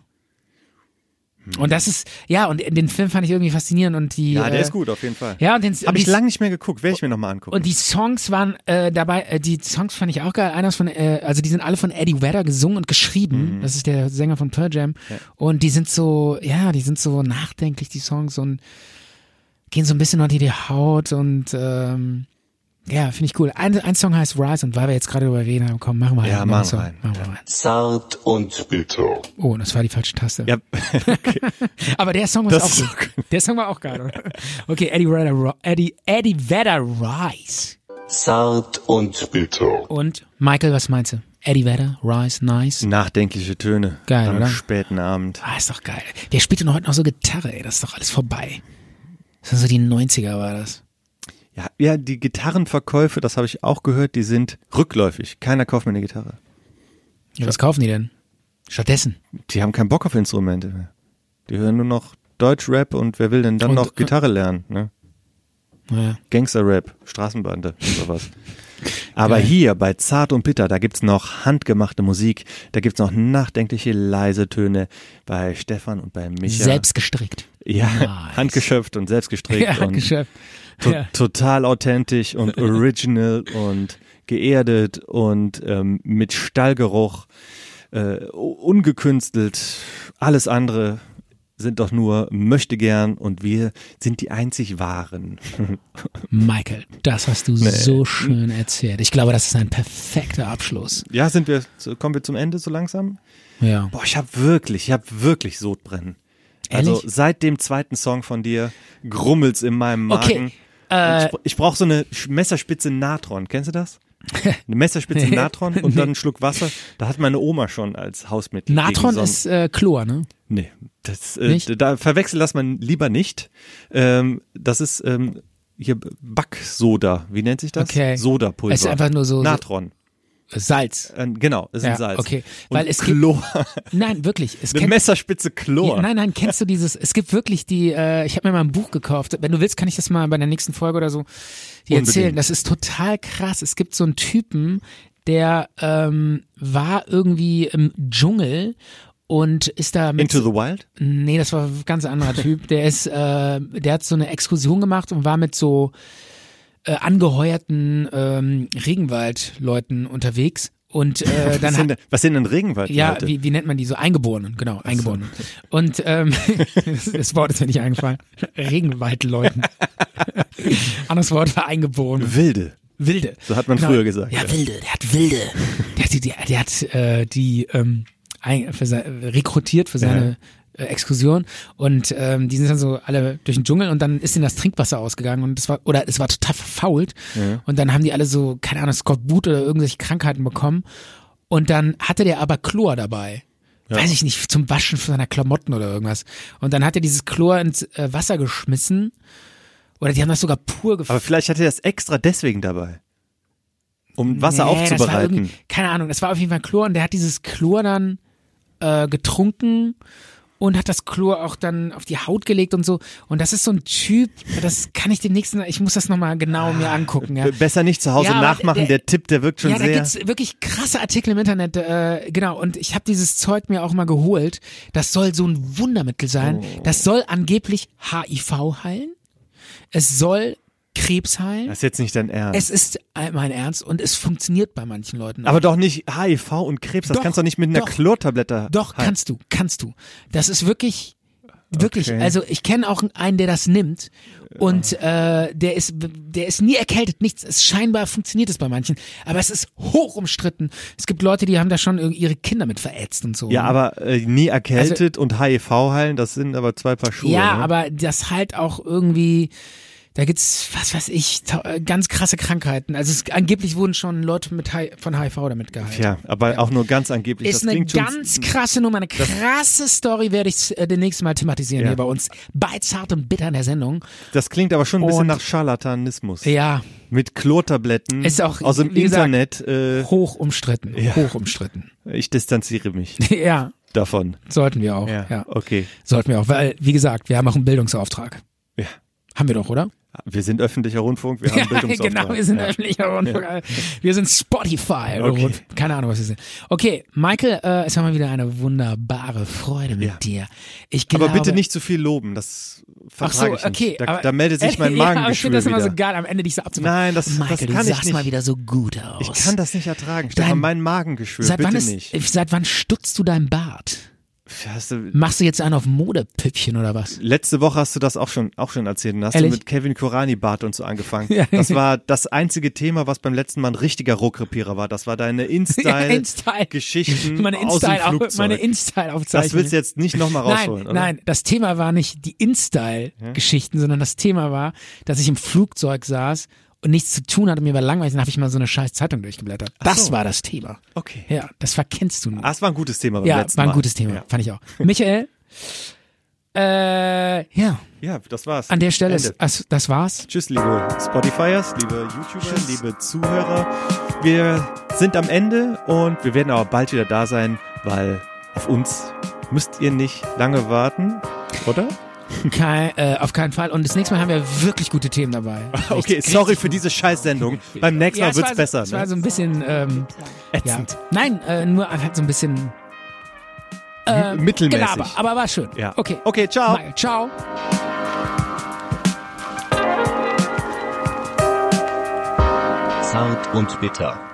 Und das ist, ja, und den Film fand ich irgendwie faszinierend und die.
Ja, der
äh,
ist gut, auf jeden Fall.
Ja, und den
Habe
und
ich
die-
lange nicht mehr geguckt, werde ich mir nochmal angucken.
Und die Songs waren äh, dabei, äh, die Songs fand ich auch geil. Einer ist von, äh, also die sind alle von Eddie Vedder gesungen und geschrieben.
Mhm.
Das ist der Sänger von Pearl Jam. Und die sind so, ja, die sind so nachdenklich, die Songs und gehen so ein bisschen unter die Haut und ähm, ja, finde ich cool. Ein, ein Song heißt Rise und weil wir jetzt gerade über Reden haben, komm, machen wir
Ja,
einen
machen wir
Song.
rein.
Machen wir rein.
Zart und bitter.
Oh, das war die falsche Taste.
ja,
Aber der Song ist
Das
auch
ist
gut. Der Song war auch geil, oder? Okay, Eddie Vedder, Ro- Eddie, Eddie Vedder Rise.
Zart und bitter.
Und Michael, was meinst du? Eddie Vedder, Rise,
Mhm.
Nice.
nachdenkliche Töne
Geil,
am
oder?
späten Abend.
Ah, ist doch geil. Wer spielt denn heute noch so Gitarre, ey? Das ist doch alles vorbei. Das sind so die 90er war das.
Ja, ja, die Gitarrenverkäufe, das habe ich auch gehört, die sind rückläufig. Keiner kauft mir eine Gitarre.
Ja, was kaufen die denn? Stattdessen.
Die haben keinen Bock auf Instrumente mehr. Die hören nur noch Deutschrap und wer will denn dann
Und- äh,
noch Gitarre lernen? Ne?
Naja.
Gangsterrap, Straßenbande und sowas.
(laughs)
Aber hier bei Zart und Bitter, da gibt's noch handgemachte Musik, da gibt's noch nachdenkliche leise Töne bei Stefan und bei Micha.
Selbst gestrickt.
Ja,
Nice.
handgeschöpft und selbst gestrickt
(laughs) Ja,
und
Geschäft.
to
Ja.
total authentisch
(laughs)
und original und geerdet und ähm, mit Stallgeruch, äh, u- ungekünstelt. Alles andere sind doch nur möchte gern und wir sind die einzig wahren. (laughs)
Michael, das hast du so schön erzählt. Ich glaube, das ist ein perfekter Abschluss.
ja, sind wir, so- kommen wir zum Ende so langsam?
Ja.
Boah, ich hab wirklich, ich hab wirklich Sodbrennen. Also
Ehrlich?
seit dem zweiten Song von dir grummelt's in meinem Magen.
Okay, äh,
Und ich bra- ich brauche so eine Sch- Messerspitze Natron. Kennst du
(laughs)
das? Eine Messerspitze Natron und dann einen Schluck Wasser. Da hat meine Oma schon als Hausmittel. gegen
Natron
Sonnen-
ist äh, Chlor, ne?
Nee, das, äh,
Nicht?
da verwechselt das man lieber nicht. Ähm, das ist ähm, hier B- Backsoda. Wie nennt sich das?
Okay.
Sodapulver.
Es ist einfach nur so- so-
Natron.
Salz.
Äh, genau, das ist
Ja,
ein Salz.
okay.
Und
Weil es gibt-
Chlor.
Nein, wirklich. Es
Eine
kennt-
Messerspitze Chlor.
Ja, nein, nein, kennst du dieses, es gibt wirklich die, äh, ich habe mir mal ein Buch gekauft, wenn du willst, kann ich das mal bei der nächsten Folge oder so dir
Unbedingt.
erzählen. Das ist total krass. Es gibt so einen Typen, der ähm, war irgendwie im Dschungel und ist da mit
Into the Wild?
Nee, das war ein ganz anderer Typ. Der ist, äh, der hat so eine Exkursion gemacht und war mit so äh, angeheuerten ähm, Regenwaldleuten unterwegs. Und äh,
was,
dann
sind, denn- was sind denn Regenwald?
ja, wie, wie nennt man die so? Eingeborenen, genau, Eingeborenen. Und ähm, (laughs) das, das Wort ist mir nicht eingefallen. Regenwaldleuten. Anderes Wort war eingeborene.
Wilde.
Wilde. Genau.
So hat man früher gesagt,
Ja,
ja.
Wilde, der hat Wilde. Der hat die, der, der hat, äh, die ähm, ein, für sein, rekrutiert für seine äh, Exkursion und ähm, die sind dann so alle durch den Dschungel und dann ist ihnen das Trinkwasser ausgegangen und es war oder es war total verfault und dann haben die alle so keine Ahnung Skorbut oder irgendwelche Krankheiten bekommen und dann hatte der aber Chlor dabei. Weiß ich nicht, zum Waschen von seiner Klamotten oder irgendwas. Und dann hat er dieses Chlor ins äh, Wasser geschmissen. Oder die haben das sogar pur
Aber vielleicht hatte er das extra deswegen dabei. Um Wasser
Nee, das war
aufzubereiten.
irgendwie- keine Ahnung, das war auf jeden Fall Chlor und der hat dieses Chlor dann äh, getrunken und hat das Chlor auch dann auf die Haut gelegt und so. Und das ist so ein Typ, das kann ich demnächst, ich muss das nochmal genau mir angucken. Ja.
B- Besser nicht zu Hause
Ja, aber
nachmachen,
der-
der, Tipp, der wirkt Ah, schon
Ja, da
sehr.
gibt's wirklich krasse Artikel im Internet, äh, genau. Und ich habe dieses Zeug mir auch mal geholt. Das soll so ein Wundermittel sein.
Oh.
Das soll angeblich HIV heilen. Es soll Krebs heilen.
Das ist jetzt nicht dein Ernst.
Es ist äh, mein Ernst und es funktioniert bei manchen Leuten.
aber doch nicht HIV und Krebs, das
Doch,
kannst du doch nicht mit einer
doch,
Chlortablette.
Doch,
heilen.
kannst du, kannst du. Das ist wirklich, wirklich.
Okay.
Also ich kenne auch einen, der das nimmt und äh, der ist, der ist nie erkältet, nichts. Es scheinbar funktioniert es bei manchen, aber es ist hoch umstritten. Es gibt Leute, die haben da schon irgendwie ihre Kinder mit verätzt und so.
Ja, aber äh, nie erkältet und HIV heilen, das sind aber zwei Paar Schuhe.
Also- ja,
ne?
aber das halt auch irgendwie Da gibt's, was weiß ich, ta- äh, ganz krasse Krankheiten. Also es, angeblich wurden schon Leute mit Hi von HIV damit geheilt.
Tja, aber auch nur ganz angeblich.
Ist
das
eine
klingt schon- hm.
ganz krasse Nummer, eine krasse Story werde ich äh, demnächst mal thematisieren
Ja.
hier bei uns. Bei Zart und Bitter in der Sendung.
Das klingt aber schon ein bisschen
Und-
nach Scharlatanismus.
Ja,
Mit Chlortabletten
Ist auch,
aus dem
wie gesagt-
Internet. Äh,
hoch umstritten,
Ja.
hoch umstritten. (laughs)
ich distanziere mich
ja,
davon.
sollten wir auch.
Ja,
ja.
okay.
Sollten wir auch, weil, wie gesagt, wir haben auch einen Bildungsauftrag.
Ja.
Haben wir doch, oder?
Wir sind öffentlicher Rundfunk, wir
(laughs)
haben Bildungsauftrag.
genau, wir sind
ja.
öffentlicher Rundfunk. Wir sind Spotify. oder
Okay.
Rundfunk. Keine Ahnung, was wir sind. Okay, Michael, äh, es war mal wieder eine wunderbare Freude mit
Ja.
dir. Ich glaube,
Aber bitte nicht zu viel loben, das
Genau, Ach so,
vertrage ich
okay.
nicht. Da,
aber,
da meldet
(laughs)
sich mein
ja, aber ich
Magengeschwür
finde das immer
wieder.
so geil, am Ende dich so abzumachen.
Nein, das- das
Michael,
kann
du
ich
sahst
nicht.
mal wieder so gut aus.
ich kann das nicht ertragen.
Dein-
Stefan, mein Magengeschwür,
seit
bitte
wann ist,
nicht.
Seit wann stutzt du deinen Bart?
Hast du,
Machst du jetzt einen auf Modepüppchen oder was?
letzte Woche hast du das auch schon, auch schon erzählt. Und hast
Ehrlich?
du mit Kevin Kurani Bart und so angefangen.
(laughs) Ja.
Das war das einzige Thema, was beim letzten Mal ein richtiger Rohrkrepierer war. Das war
(laughs)
deine
InStyle.
InStyle-Geschichten
(laughs) Meine
aus dem
Instyle,
Flugzeug.
meine Instyle aufzeichnen.
das willst du jetzt nicht nochmal rausholen,
nein,
oder?
Nein, das Thema war nicht die InStyle-Geschichten, sondern das Thema war, dass ich im Flugzeug saß und nichts zu tun hatte, mir war langweilig, dann habe ich mal so eine scheiß Zeitung durchgeblättert. Das
so.
war das Thema.
Okay.
Ja, das verkennst du nicht.
Ah, es war ein gutes Thema beim
ja,
letzten
war ein
Mal.
gutes Thema,
Ja,
fand ich auch.
(laughs)
Michael, äh, ja,
ja das war's.
an der Stelle,
Ende.
ist, also, das war's.
Tschüss, liebe Spotifyers, liebe YouTuber, liebe Zuhörer. Wir sind am Ende und wir werden aber bald wieder da sein, weil auf uns müsst ihr nicht lange warten, oder?
Kein, äh, auf keinen Fall. Und das nächste Mal haben wir wirklich gute Themen dabei.
(laughs) Okay, sorry für diese
(laughs)
Scheißsendung. Beim nächsten
Ja,
Mal
es
wird's
war so-
besser.
Es
Ne?
war so ein bisschen ähm,
Ätzend.
Ja. Nein, äh, nur halt so ein bisschen äh,
M- mittelmäßig.
Gelaber, aber war schön.
Ja.
Okay.
Okay, ciao.
Mal. Ciao.
Zart und bitter.